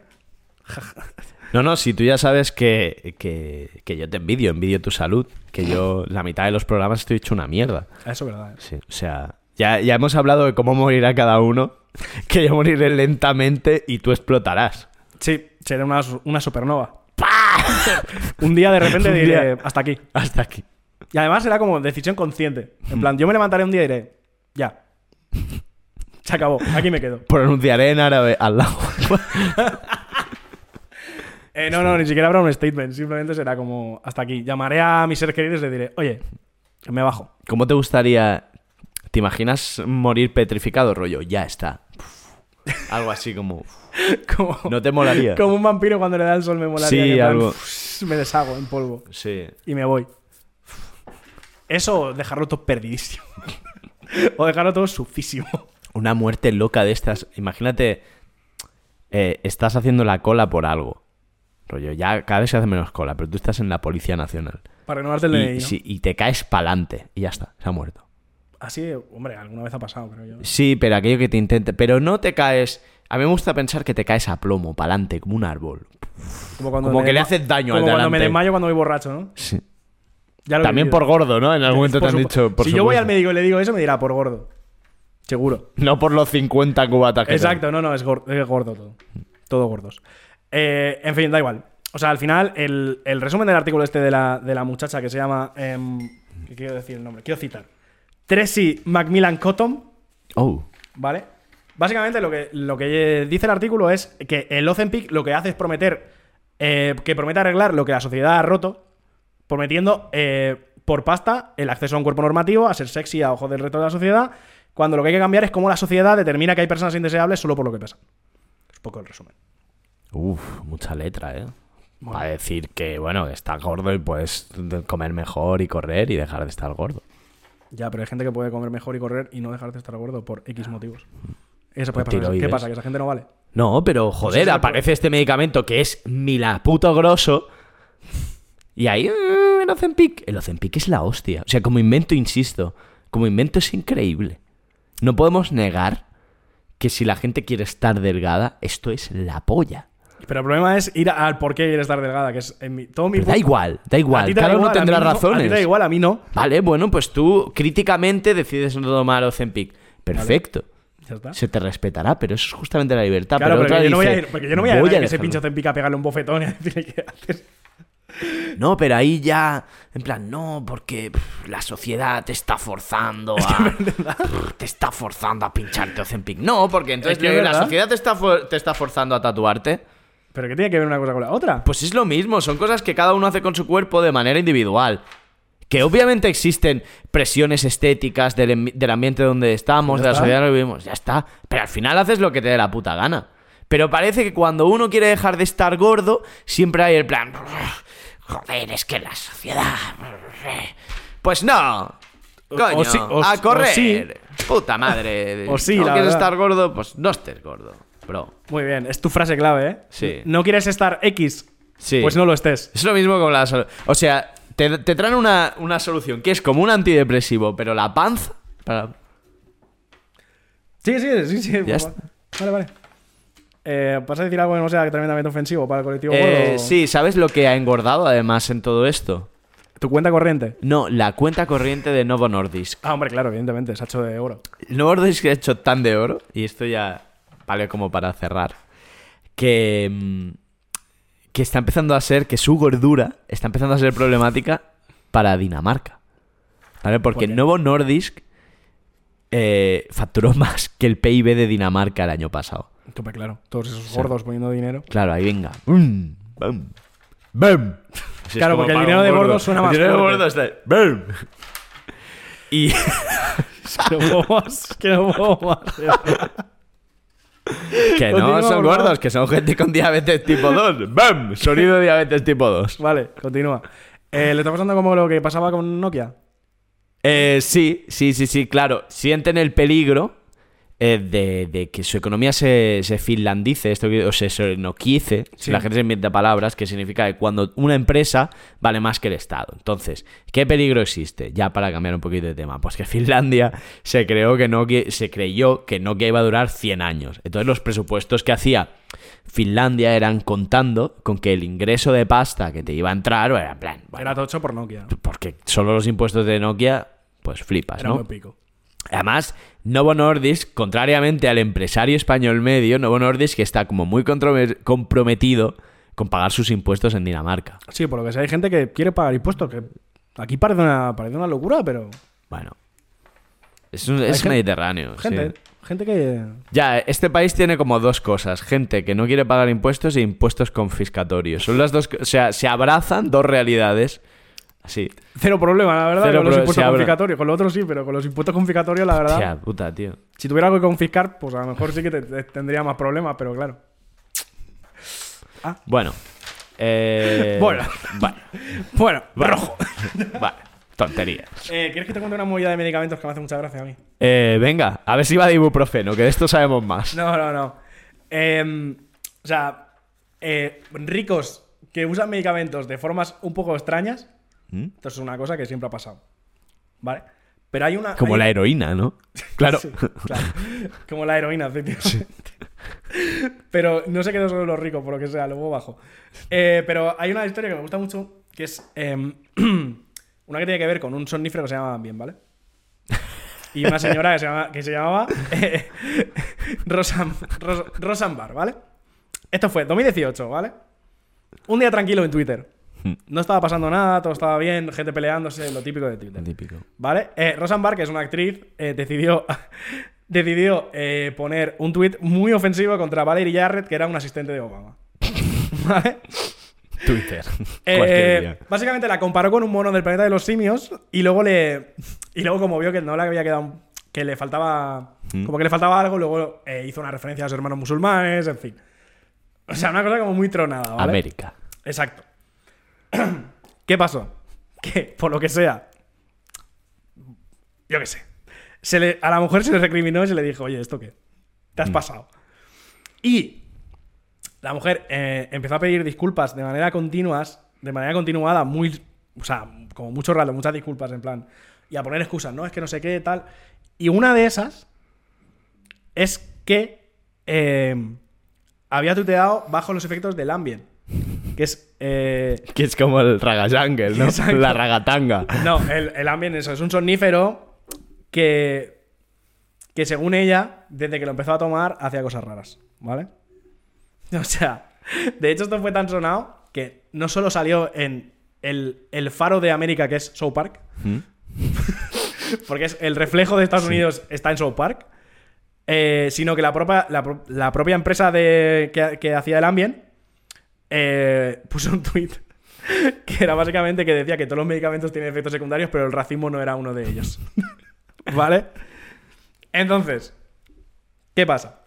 A: No, no, si tú ya sabes que, que, que yo te envidio, envidio tu salud, que yo la mitad de los programas estoy hecho una mierda.
B: Eso es verdad. ¿eh?
A: Sí, o sea, ya, ya hemos hablado de cómo morirá cada uno, que yo moriré lentamente y tú explotarás.
B: Sí, será una, una supernova. Un día de repente
A: Un
B: diré,
A: día.
B: hasta aquí.
A: Hasta aquí.
B: Y además será como decisión consciente. En plan, yo me levantaré un día y diré, ya. Se acabó, aquí me quedo.
A: Pronunciaré en árabe al lado.
B: Eh, no, no, ni siquiera habrá un statement. Simplemente será como, hasta aquí. Llamaré a mis seres queridos y le diré, oye, me bajo.
A: ¿Cómo te gustaría? ¿Te imaginas morir petrificado, rollo? Ya está. Uf. Algo así como. uf.
B: Como,
A: ¿No te molaría?
B: como un vampiro cuando le da el sol me molaría.
A: Sí,
B: que en plan,
A: algo.
B: me deshago en polvo
A: Sí.
B: y me voy. Eso, o dejarlo todo perdidísimo. o dejarlo todo sufísimo.
A: una muerte loca de estas. Imagínate, eh, estás haciendo la cola por algo. Rollo, ya cada vez se hace menos cola, pero tú estás en la Policía Nacional.
B: Para renovarte el DNI.
A: Y,
B: ¿no?
A: sí, y te caes pa'lante y ya está, se ha muerto.
B: Así, hombre, alguna vez ha pasado, creo yo.
A: Sí, pero aquello que te intente. Pero no te caes. A mí me gusta pensar que te caes a plomo, pa'lante, como un árbol.
B: Como, cuando
A: Como
B: me
A: que le
B: desma-
A: haces daño
B: como
A: al
B: cuando me
A: delante.
B: desmayo cuando voy borracho, ¿no?
A: Sí.
B: Ya lo he
A: También
B: vivido.
A: por gordo, ¿no? En algún momento te
B: Por
A: han
B: supu-
A: dicho. Por
B: si yo voy
A: supuesto.
B: al médico y le digo eso, me dirá por gordo. Seguro.
A: No por los 50 cubatas que te-
B: Exacto, no, no, es gordo, es gordo todo. Todo gordos. Eh, en fin, da igual. O sea, al final, el, el resumen del artículo este de la, de la muchacha que se llama. em, ¿Qué quiero decir el nombre? Quiero citar. Tracy Macmillan Cotton,
A: Oh.
B: ¿vale? Básicamente lo que, lo que dice el artículo es que el Ozempic lo que hace es prometer eh, que promete arreglar lo que la sociedad ha roto, prometiendo eh, por pasta el acceso a un cuerpo normativo, a ser sexy a ojos del resto de la sociedad, cuando lo que hay que cambiar es cómo la sociedad determina que hay personas indeseables solo por lo que pesan. Es poco el resumen.
A: Uf, mucha letra, ¿eh? Para decir que, bueno, estás gordo y puedes comer mejor y correr y dejar de estar gordo.
B: Ya, pero hay gente que puede comer mejor y correr y no dejar de estar gordo por X motivos. Eso
A: Por
B: puede pasar. ¿Qué
A: Pues tiroides.
B: pasa? ¿Que esa gente no vale?
A: No, pero joder,
B: Pues eso-
A: aparece este medicamento que es milaputo grosso. Y ahí, mm, el Ozempic. El Ozempic es la hostia. O sea, como invento, insisto, como invento es increíble. No podemos negar que si la gente quiere estar delgada, esto es la polla.
B: Pero el problema es ir al por qué quieres estar delgada, que es en mi, todo mi
A: Pero da
B: pu-
A: igual, da
B: A ti
A: igual.
B: te da
A: Cada uno
B: igual, a mí
A: tendrá
B: no, A ti
A: razones.
B: te da igual, a mí no.
A: Vale, bueno, pues tú críticamente decides no tomar Ozempic. Perfecto.
B: Ya está.
A: Se te respetará, pero eso es justamente la libertad.
B: claro,
A: pero
B: pero
A: otra
B: yo no voy a
A: dice,
B: ir, porque yo no voy a, ir a que ese
A: dejarlo".
B: pincho te pica a pegarle un bofetón y a decirle que haces.
A: No, pero ahí ya, en plan, no, porque pff, la sociedad te está forzando a... pff, te está forzando a pincharte Ozempic. No, porque entonces
B: Es que es
A: la
B: verdad.
A: sociedad te está, for- te está forzando a tatuarte.
B: Pero que tiene que ver una cosa con la otra.
A: Pues es lo mismo, son cosas que cada uno hace con su cuerpo de manera individual. Que obviamente existen presiones estéticas del, enmi- del ambiente donde estamos,
B: Ya
A: de la
B: está.
A: sociedad en la que vivimos, ya está. Pero al final haces lo que te dé la puta gana. Pero parece que cuando uno quiere dejar de estar gordo, siempre hay el plan. Joder, es que la sociedad. Pues no. Coño,
B: o sí- o-
A: a
B: o
A: correr.
B: sí.
A: Puta madre.
B: O sí,
A: no
B: la
A: quieres
B: verdad.
A: estar gordo, pues no estés gordo, bro.
B: Muy bien, es tu frase clave, ¿eh?
A: Sí.
B: No quieres estar X,
A: Sí.
B: pues no lo estés.
A: Es lo mismo con la sol- O sea, te, te traen una, una solución que es como un antidepresivo, pero la panza. para-
B: Sí, sí, sí, sí. por
A: Ya
B: favor. Vale, vale. Eh, ¿Vas a decir algo que no sea tremendamente ofensivo para el colectivo
A: Eh,
B: gordo?
A: sí, ¿sabes lo que ha engordado además en todo esto?
B: ¿Tu cuenta corriente?
A: No, la cuenta corriente de Novo Nordisk.
B: Ah, hombre, claro, evidentemente, se ha hecho de oro.
A: Novo Nordisk se ha hecho tan de oro y esto ya vale, como para cerrar, que, mm, que está empezando a ser, que su gordura está empezando a ser problemática para Dinamarca. ¿Vale? Porque
B: ¿Por qué?
A: Novo Nordisk eh, facturó más que el PIB de Dinamarca el año pasado.
B: Tupe, claro. Todos esos gordos poniendo dinero.
A: Claro, ahí venga. ¡Bum! ¡Bum! ¡Bum! Así es
B: Mm. Claro,
A: como
B: porque el
A: para
B: dinero
A: un
B: de
A: gordo.
B: gordo suena más
A: El dinero de
B: fuerte.
A: gordo está... ¡Bum! Y...
B: Que no puedo más, que no puedo más.
A: Que no son
B: Continúa, por favor.
A: gordos, que son gente con diabetes tipo 2. ¡Bam! Sonido de diabetes tipo 2.
B: Vale, continúa. Eh, ¿Le está pasando como lo que pasaba con Nokia?
A: Eh, sí, sí, sí, sí, claro. Sienten el peligro eh, de, de que su economía se, se finlandice, esto que- o se sonoquice, si
B: Sí.
A: la gente se inventa palabras, que significa que cuando una empresa vale más que el Estado. Entonces, ¿qué peligro existe? Ya para cambiar un poquito de tema, pues que Finlandia se creó que no se creyó que Nokia iba a durar 100 años. Entonces, los presupuestos que hacía Finlandia eran contando con que el ingreso de pasta que te iba a entrar era en plan, bueno,
B: Era tocho por Nokia.
A: porque solo los impuestos de Nokia, pues flipas,
B: Era
A: ¿no?
B: muy pico.
A: Además, Novo Nordisk, contrariamente al empresario español medio, Novo Nordisk está como muy controver- comprometido con pagar sus impuestos en Dinamarca.
B: Sí, por lo que sea, hay gente que quiere pagar impuestos, que aquí parece una, parece una locura, pero...
A: Bueno, es, un- es
B: gen-
A: mediterráneo. sí.
B: Gente, ¿eh? gente que...
A: Ya, este país tiene como dos cosas: gente que no quiere pagar impuestos e impuestos confiscatorios. Son las dos, co- o sea, se abrazan dos realidades. Así.
B: Cero problema, la verdad,
A: Cero
B: con los
A: pro- se
B: impuestos
A: abre.
B: confiscatorios. Con lo otro sí, pero con los impuestos confiscatorios, la verdad,
A: Hostia, puta, tío.
B: si tuviera algo que confiscar, pues a lo mejor sí que te- te- tendría más problemas, pero claro.
A: Bueno. eh,
B: Bueno.
A: Bueno.
B: Bueno,
A: Rojo. vale, tontería.
B: eh, ¿quieres que te cuente una movida de medicamentos que me hace mucha gracia a mí?
A: Eh, venga, a ver si va de ibuprofeno, que de esto sabemos más.
B: No, no, no. Eh, o sea, eh, ricos que usan medicamentos de formas un poco extrañas,
A: ¿Mm?
B: esto es una cosa que siempre ha pasado. ¿Vale? Pero hay una.
A: Como
B: hay-
A: la heroína, ¿no? Claro.
B: Sí, claro. Como la heroína, efectivamente. Pero no sé qué son los ricos, por lo que sea, luego bajo. Eh, pero hay una historia que me gusta mucho, que es em, una que tiene que ver con un somnífero que se llama bien, ¿vale? Y una señora que se, llama- que se llamaba eh, Rosan, Ros- Rosanbar, ¿vale? Esto fue 2018, ¿vale? Un día tranquilo en Twitter. No estaba pasando nada, todo estaba bien, gente peleándose, lo típico de Twitter.
A: Típico.
B: ¿Vale? Eh, Rosanne Barr, que es una actriz, eh, decidió, decidió eh, poner un tuit muy ofensivo contra Valerie Jarrett, que era un asistente de Obama. ¿Vale?
A: Twitter.
B: Eh,
A: Cualquier día.
B: básicamente la comparó con un mono del planeta de los simios y luego le. Y luego, como vio que no le había quedado. un- que le faltaba. Como que le faltaba algo, luego eh, hizo una referencia a sus hermanos musulmanes, en fin. O sea, una cosa como muy tronada, ¿vale?
A: América.
B: Exacto. ¿Qué pasó? Que, por lo que sea, yo qué sé, se le- a la mujer se le recriminó y se le dijo, oye, ¿esto qué? Te has pasado. Y la mujer eh, empezó a pedir disculpas de manera continuas, de manera continuada, muy, o sea, como mucho rato, muchas disculpas en plan, y a poner excusas, no, es que no sé qué, tal. Y una de esas es que eh, había tuteado bajo los efectos del ambient, que es eh,
A: Que es como el ragajangle, ¿no?
B: Exacto.
A: La ragatanga.
B: No, el, el Ambien eso, es un somnífero que, que según ella, desde que lo empezó a tomar, hacía cosas raras, ¿vale? O sea, de hecho esto fue tan sonado que no solo salió en el, el faro de América, que es South Park,
A: ¿Mm?
B: porque es el reflejo de Estados Unidos está en South Park, eh, sino que la propia, la, pro- la propia empresa de, que, que hacía el Ambien eh, puso un tuit que era básicamente que decía que todos los medicamentos tienen efectos secundarios, pero el racismo no era uno de ellos. ¿Vale? Entonces, ¿qué pasa?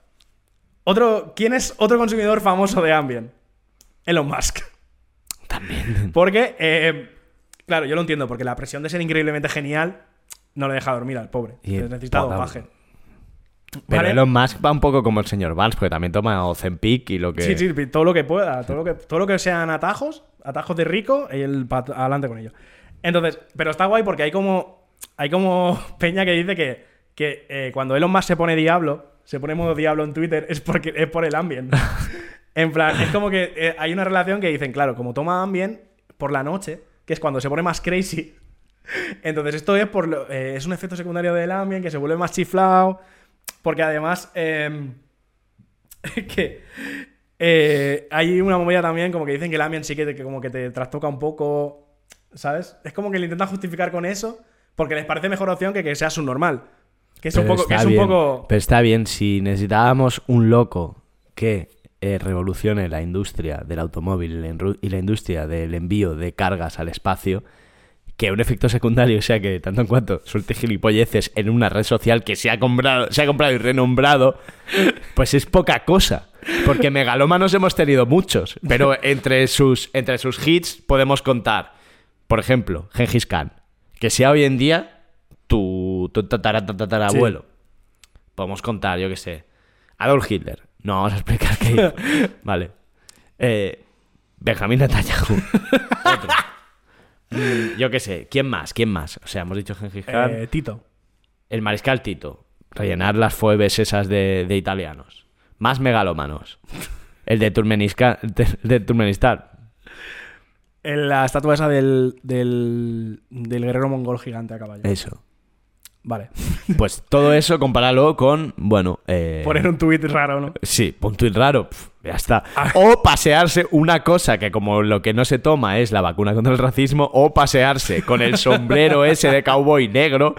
B: Otro, ¿Quién es otro consumidor famoso de Ambien? Elon Musk. También. Porque, eh, claro, yo lo entiendo, porque la presión de ser increíblemente genial no le deja dormir al pobre.
A: Y el
B: Necesita
A: pagado.
B: dopaje.
A: Pero
B: ¿Vale?
A: Elon Musk va un poco como el señor Valls, porque también toma Ozempic y lo que...
B: Sí, sí, todo lo que pueda, todo lo que, todo lo que sean atajos, atajos de rico, el pat- adelante con ello. Entonces, pero está guay porque hay como hay como peña que dice que, que eh, cuando Elon Musk se pone diablo, se pone modo diablo en Twitter, es porque es por el ambient. en plan, es como que eh, hay una relación que dicen, claro, como toma ambient por la noche, que es cuando se pone más crazy, entonces, esto es, por lo- eh, es un efecto secundario del ambient que se vuelve más chiflado. Porque además, eh, que eh, hay una movida también, como que dicen que el Amiens sí que, te, que como que te trastoca un poco, ¿sabes? Es como que le intentan justificar con eso, porque les parece mejor opción que que sea subnormal. Que es
A: Pero
B: un poco... que
A: está
B: es un
A: bien,
B: poco...
A: Pero está bien, si necesitábamos un loco que eh, revolucione la industria del automóvil y la inru- y la industria del envío de cargas al espacio, que un efecto secundario sea que, tanto en cuanto suelte gilipolleces en una red social que se ha comprado, se ha comprado y renombrado, pues es poca cosa. Porque megalómanos hemos tenido muchos, pero entre sus, entre sus hits podemos contar, por ejemplo, Gengis Khan, que sea hoy en día tu, tu tatara- tatarabuelo. Podemos contar, yo qué sé. Adolf Hitler. No vamos a explicar qué hizo. Vale. Eh, Benjamín Netanyahu. Otro. Mm, yo qué sé. ¿Quién más? ¿Quién más? O sea, hemos dicho Gengis Khan.
B: Eh, Tito.
A: El mariscal Tito. Rellenar las fueves esas de, de italianos. Más megalómanos. El de, Turmenisca- de- de Turmenistán.
B: En la estatua esa del, del, del guerrero mongol gigante a caballo.
A: Eso.
B: Vale.
A: Pues todo eso compáralo con, bueno... eh,
B: Poner un Ah. tuit raro, ¿no?
A: Sí, pon tuit raro, pf, ya está. O pasearse una cosa que como lo que no se toma es la vacuna contra el racismo, o pasearse con el sombrero ese de cowboy negro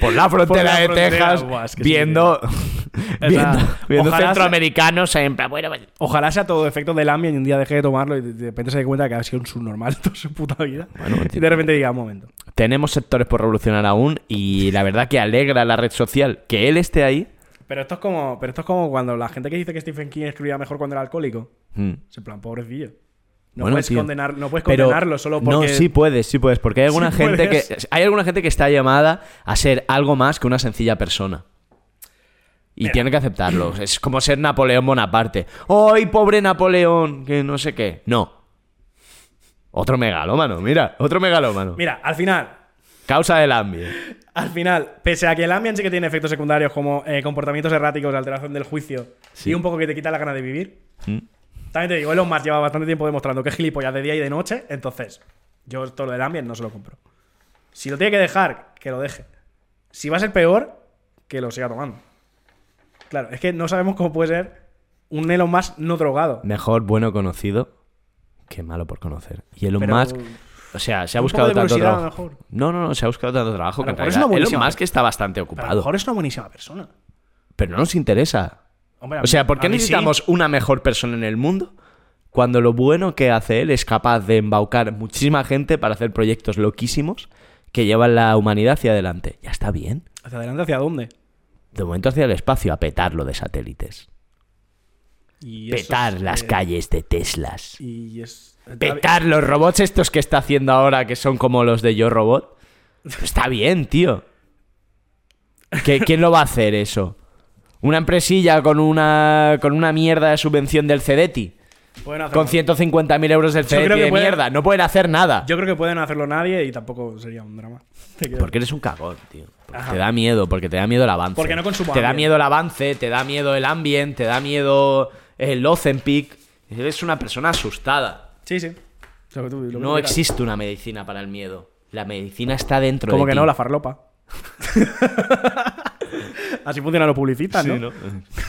A: por la frontera de
B: frontera,
A: Texas
B: buah, es que sí,
A: viendo, viendo,
B: sea,
A: viendo
B: ojalá se-
A: centroamericanos en plan, bueno, pues, bueno,
B: Ojalá sea todo efecto del Ambien y un día deje de tomarlo y de- de repente se dé cuenta que ha sido un subnormal toda su puta vida.
A: Bueno,
B: y de repente diga, un momento.
A: tenemos sectores por revolucionar aún y la verdad que alegra la red social que él esté ahí.
B: Pero esto es como, pero esto es como cuando la gente que dice que Stephen King escribía mejor cuando era alcohólico.
A: Mm.
B: Es en plan, pobrecillo. No,
A: Bueno,
B: puedes,
A: tío.
B: condenar, no puedes
A: Pero-
B: condenarlo solo porque.
A: No, sí puedes, sí puedes, porque hay alguna
B: Sí
A: gente
B: puedes.
A: que hay alguna gente que está llamada a ser algo más que una sencilla persona. Y tiene que aceptarlo. Es como ser Napoleón Bonaparte. ¡Ay, pobre Napoleón! Que no sé qué. No. Otro megalómano, mira. Otro megalómano.
B: Mira, al final,
A: Causa del ambiente.
B: Al final, pese a que el ambient sí que tiene efectos secundarios como eh, comportamientos erráticos, alteración del juicio
A: Sí.
B: y un poco que te quita la gana de vivir,
A: Mm.
B: también te digo, Elon Musk lleva bastante tiempo demostrando que es gilipollas de día y de noche, entonces yo todo lo del ambient no se lo compro. Si lo tiene que dejar, que lo deje. Si va a ser peor, que lo siga tomando. Claro, es que no sabemos cómo puede ser un Elon Musk no drogado.
A: Mejor bueno conocido que malo por conocer. Y Elon
B: Pero-
A: Musk, o sea, se ha
B: Un
A: buscado
B: poco de
A: tanto
B: curiosidad,
A: trabajo.
B: a lo mejor.
A: No, no, no, se ha buscado tanto trabajo
B: A lo
A: que en
B: mejor es
A: realidad
B: una
A: Elon
B: buenísima
A: Musk está bastante
B: Pero
A: ocupado.
B: a lo mejor es una buenísima persona.
A: Pero no nos interesa.
B: Hombre, a
A: O
B: mí-
A: sea, ¿por
B: a
A: qué
B: mí sí.
A: necesitamos una mejor persona en el mundo cuando lo bueno que hace él es capaz de embaucar muchísima gente para hacer proyectos loquísimos que llevan la humanidad hacia adelante? Ya está bien.
B: ¿Hacia adelante, hacia dónde?
A: De momento hacia el espacio, a petarlo de satélites.
B: Y eso
A: Petar
B: es eh,
A: las
B: que-
A: calles de Teslas.
B: Y es.
A: Petar los robots estos que está haciendo ahora que son como los de Yo Robot. Está bien, tío. ¿Qué- ¿Quién lo va a hacer eso? ¿Una empresilla con una, con una mierda de subvención del CEDETI?
B: Pueden hacerlo.
A: con 150.000 euros del
B: creo
A: CDT
B: que
A: de
B: puede-
A: mierda. No pueden hacer nada.
B: Yo creo que pueden hacerlo nadie y tampoco sería un drama. Te quiero
A: Porque eres un cagón, tío. Porque
B: Ajá.
A: te da miedo, porque te da miedo el avance.
B: Porque no consumo
A: Te da
B: Ambien.
A: miedo el avance, te da miedo el ambiente, te da miedo el Ozempic. Eres una persona asustada.
B: decir. Sí, sí. Lo que tú- lo que tú
A: No
B: quieras.
A: existe una medicina para el miedo. La medicina está dentro
B: Como
A: de
B: que
A: ti.
B: no, la farlopa. Así funciona lo publicitan,
A: Sí,
B: ¿no?
A: ¿no?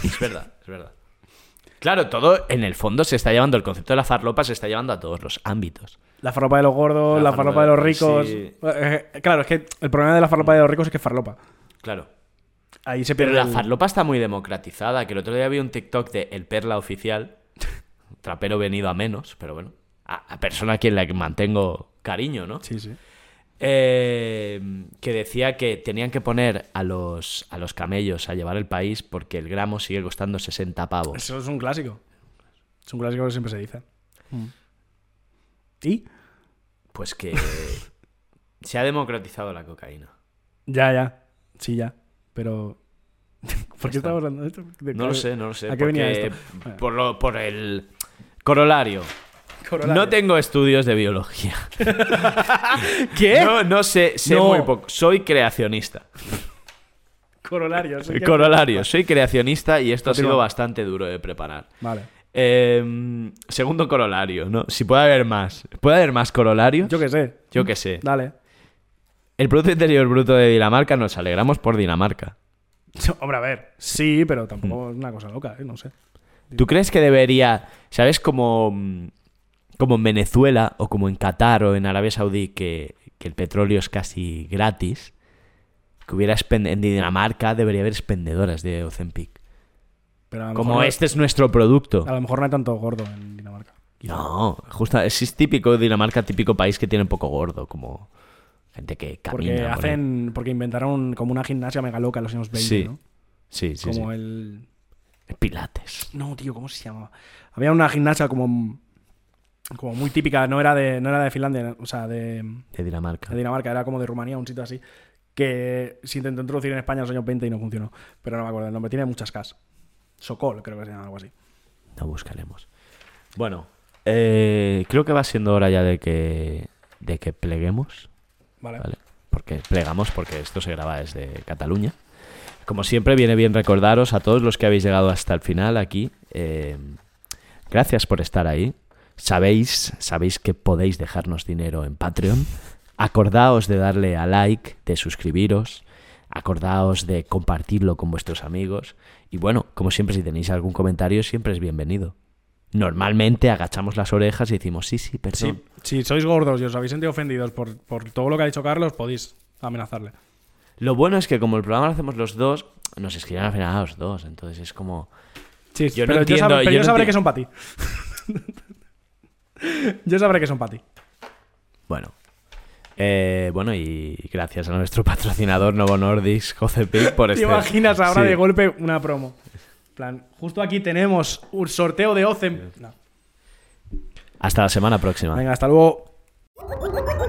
A: Es verdad, es verdad. Claro, todo en el fondo se está llevando, el concepto de la farlopa se está llevando a todos los ámbitos.
B: La farlopa de los gordos,
A: La
B: la,
A: farlopa
B: farlopa
A: de
B: de los
A: los-
B: ricos.
A: sí.
B: Eh, Claro, es que el problema de la farlopa de los ricos es que es farlopa.
A: Claro.
B: Ahí se
A: Pero
B: pierde.
A: la
B: el-
A: farlopa está muy democratizada, que el otro día vi un TikTok de El Perla Oficial, trapero venido a menos, pero bueno, a, a persona a quien le mantengo cariño, ¿no?
B: Sí, sí.
A: Eh, que decía que tenían que poner a los, a los camellos a llevar el país porque el gramo sigue costando 60 pavos.
B: Eso es un clásico. Es un clásico que siempre se dice.
A: Mm.
B: ¿Y?
A: Pues que se ha democratizado la cocaína.
B: Ya, ya. Sí, ya. Pero. ¿Por
A: está.
B: qué estamos hablando de esto? ¿De
A: No lo
B: qué-
A: sé, no lo sé.
B: ¿A qué venía
A: porque
B: esto? Ah. Bueno.
A: Por, lo- por el corolario.
B: Corolario.
A: No tengo estudios de biología.
B: ¿Qué?
A: No, no sé, sé
B: No.
A: muy poco. Soy creacionista.
B: Corolario. sí que-
A: Corolario, soy creacionista y esto ha sido
B: Continúa.
A: bastante duro de preparar.
B: Vale.
A: Eh, segundo corolario, ¿no? Si puede haber más. ¿Puede haber más corolarios?
B: Yo qué sé.
A: Yo qué sé.
B: Dale.
A: El Producto Interior Bruto de Dinamarca, nos alegramos por Dinamarca. Hmm.
B: Hombre, a ver. Sí, pero tampoco es una cosa loca, ¿eh? No sé.
A: ¿Tú crees que debería, sabes, como, mm, como en Venezuela o como en Qatar o en Arabia Saudí, que, que el petróleo es casi gratis? Que hubiera expen- en Dinamarca debería haber expendedoras de Ozempic.
B: Pero a lo
A: Como
B: mejor no-
A: este es nuestro producto.
B: A lo mejor no hay tanto gordo en Dinamarca.
A: No, justo, es, es típico Dinamarca, típico país que tiene un poco gordo, como gente que camina.
B: Porque
A: por ahí.
B: hacen. Porque inventaron como una gimnasia mega loca en los años 20,
A: Sí,
B: ¿no?
A: Sí, sí,
B: Como
A: sí.
B: el.
A: Pilates.
B: No, tío, ¿cómo se llamaba? Había una gimnasia como. Como muy típica, no era de, no era de Finlandia, o sea, de,
A: De Dinamarca.
B: de Dinamarca, era como de Rumanía, un sitio así, que se intentó introducir en España en los años 20 y no funcionó. Pero no me acuerdo el nombre, tiene muchas Ks. Sokol, creo que se llama algo así.
A: La buscaremos. Bueno, eh, creo que va siendo hora ya de que, de que pleguemos.
B: Vale.
A: ¿vale? Porque plegamos, porque esto se graba desde Cataluña. Como siempre, viene bien recordaros a todos los que habéis llegado hasta el final aquí. eh, gracias por estar ahí. Sabéis, sabéis que podéis dejarnos dinero en Patreon. Acordaos de darle a like, de suscribiros. Acordaos de compartirlo con vuestros amigos. Y bueno, como siempre, si tenéis algún comentario, siempre es bienvenido. Normalmente agachamos las orejas y decimos, sí, sí, perdón.
B: Sí, si sois gordos y os habéis sentido ofendidos por, por todo lo que ha dicho Carlos, podéis amenazarle.
A: Lo bueno es que como el programa lo hacemos los dos, nos escriben al final a los dos. Entonces es como...
B: Sí,
A: Yo no
B: pero,
A: entiendo,
B: sab- pero
A: yo
B: yo,
A: no
B: sabré
A: enti-
B: que son para ti. yo sabré que son para ti.
A: Bueno. Eh, bueno, y gracias a nuestro patrocinador Novo Nordisk, Jocepic, por
B: ¿Te
A: este...
B: imaginas ahora
A: Sí.
B: de golpe una promo? En plan, justo aquí tenemos un sorteo de Ocem. No.
A: Hasta la semana próxima.
B: Venga, hasta luego.
C: Thank you.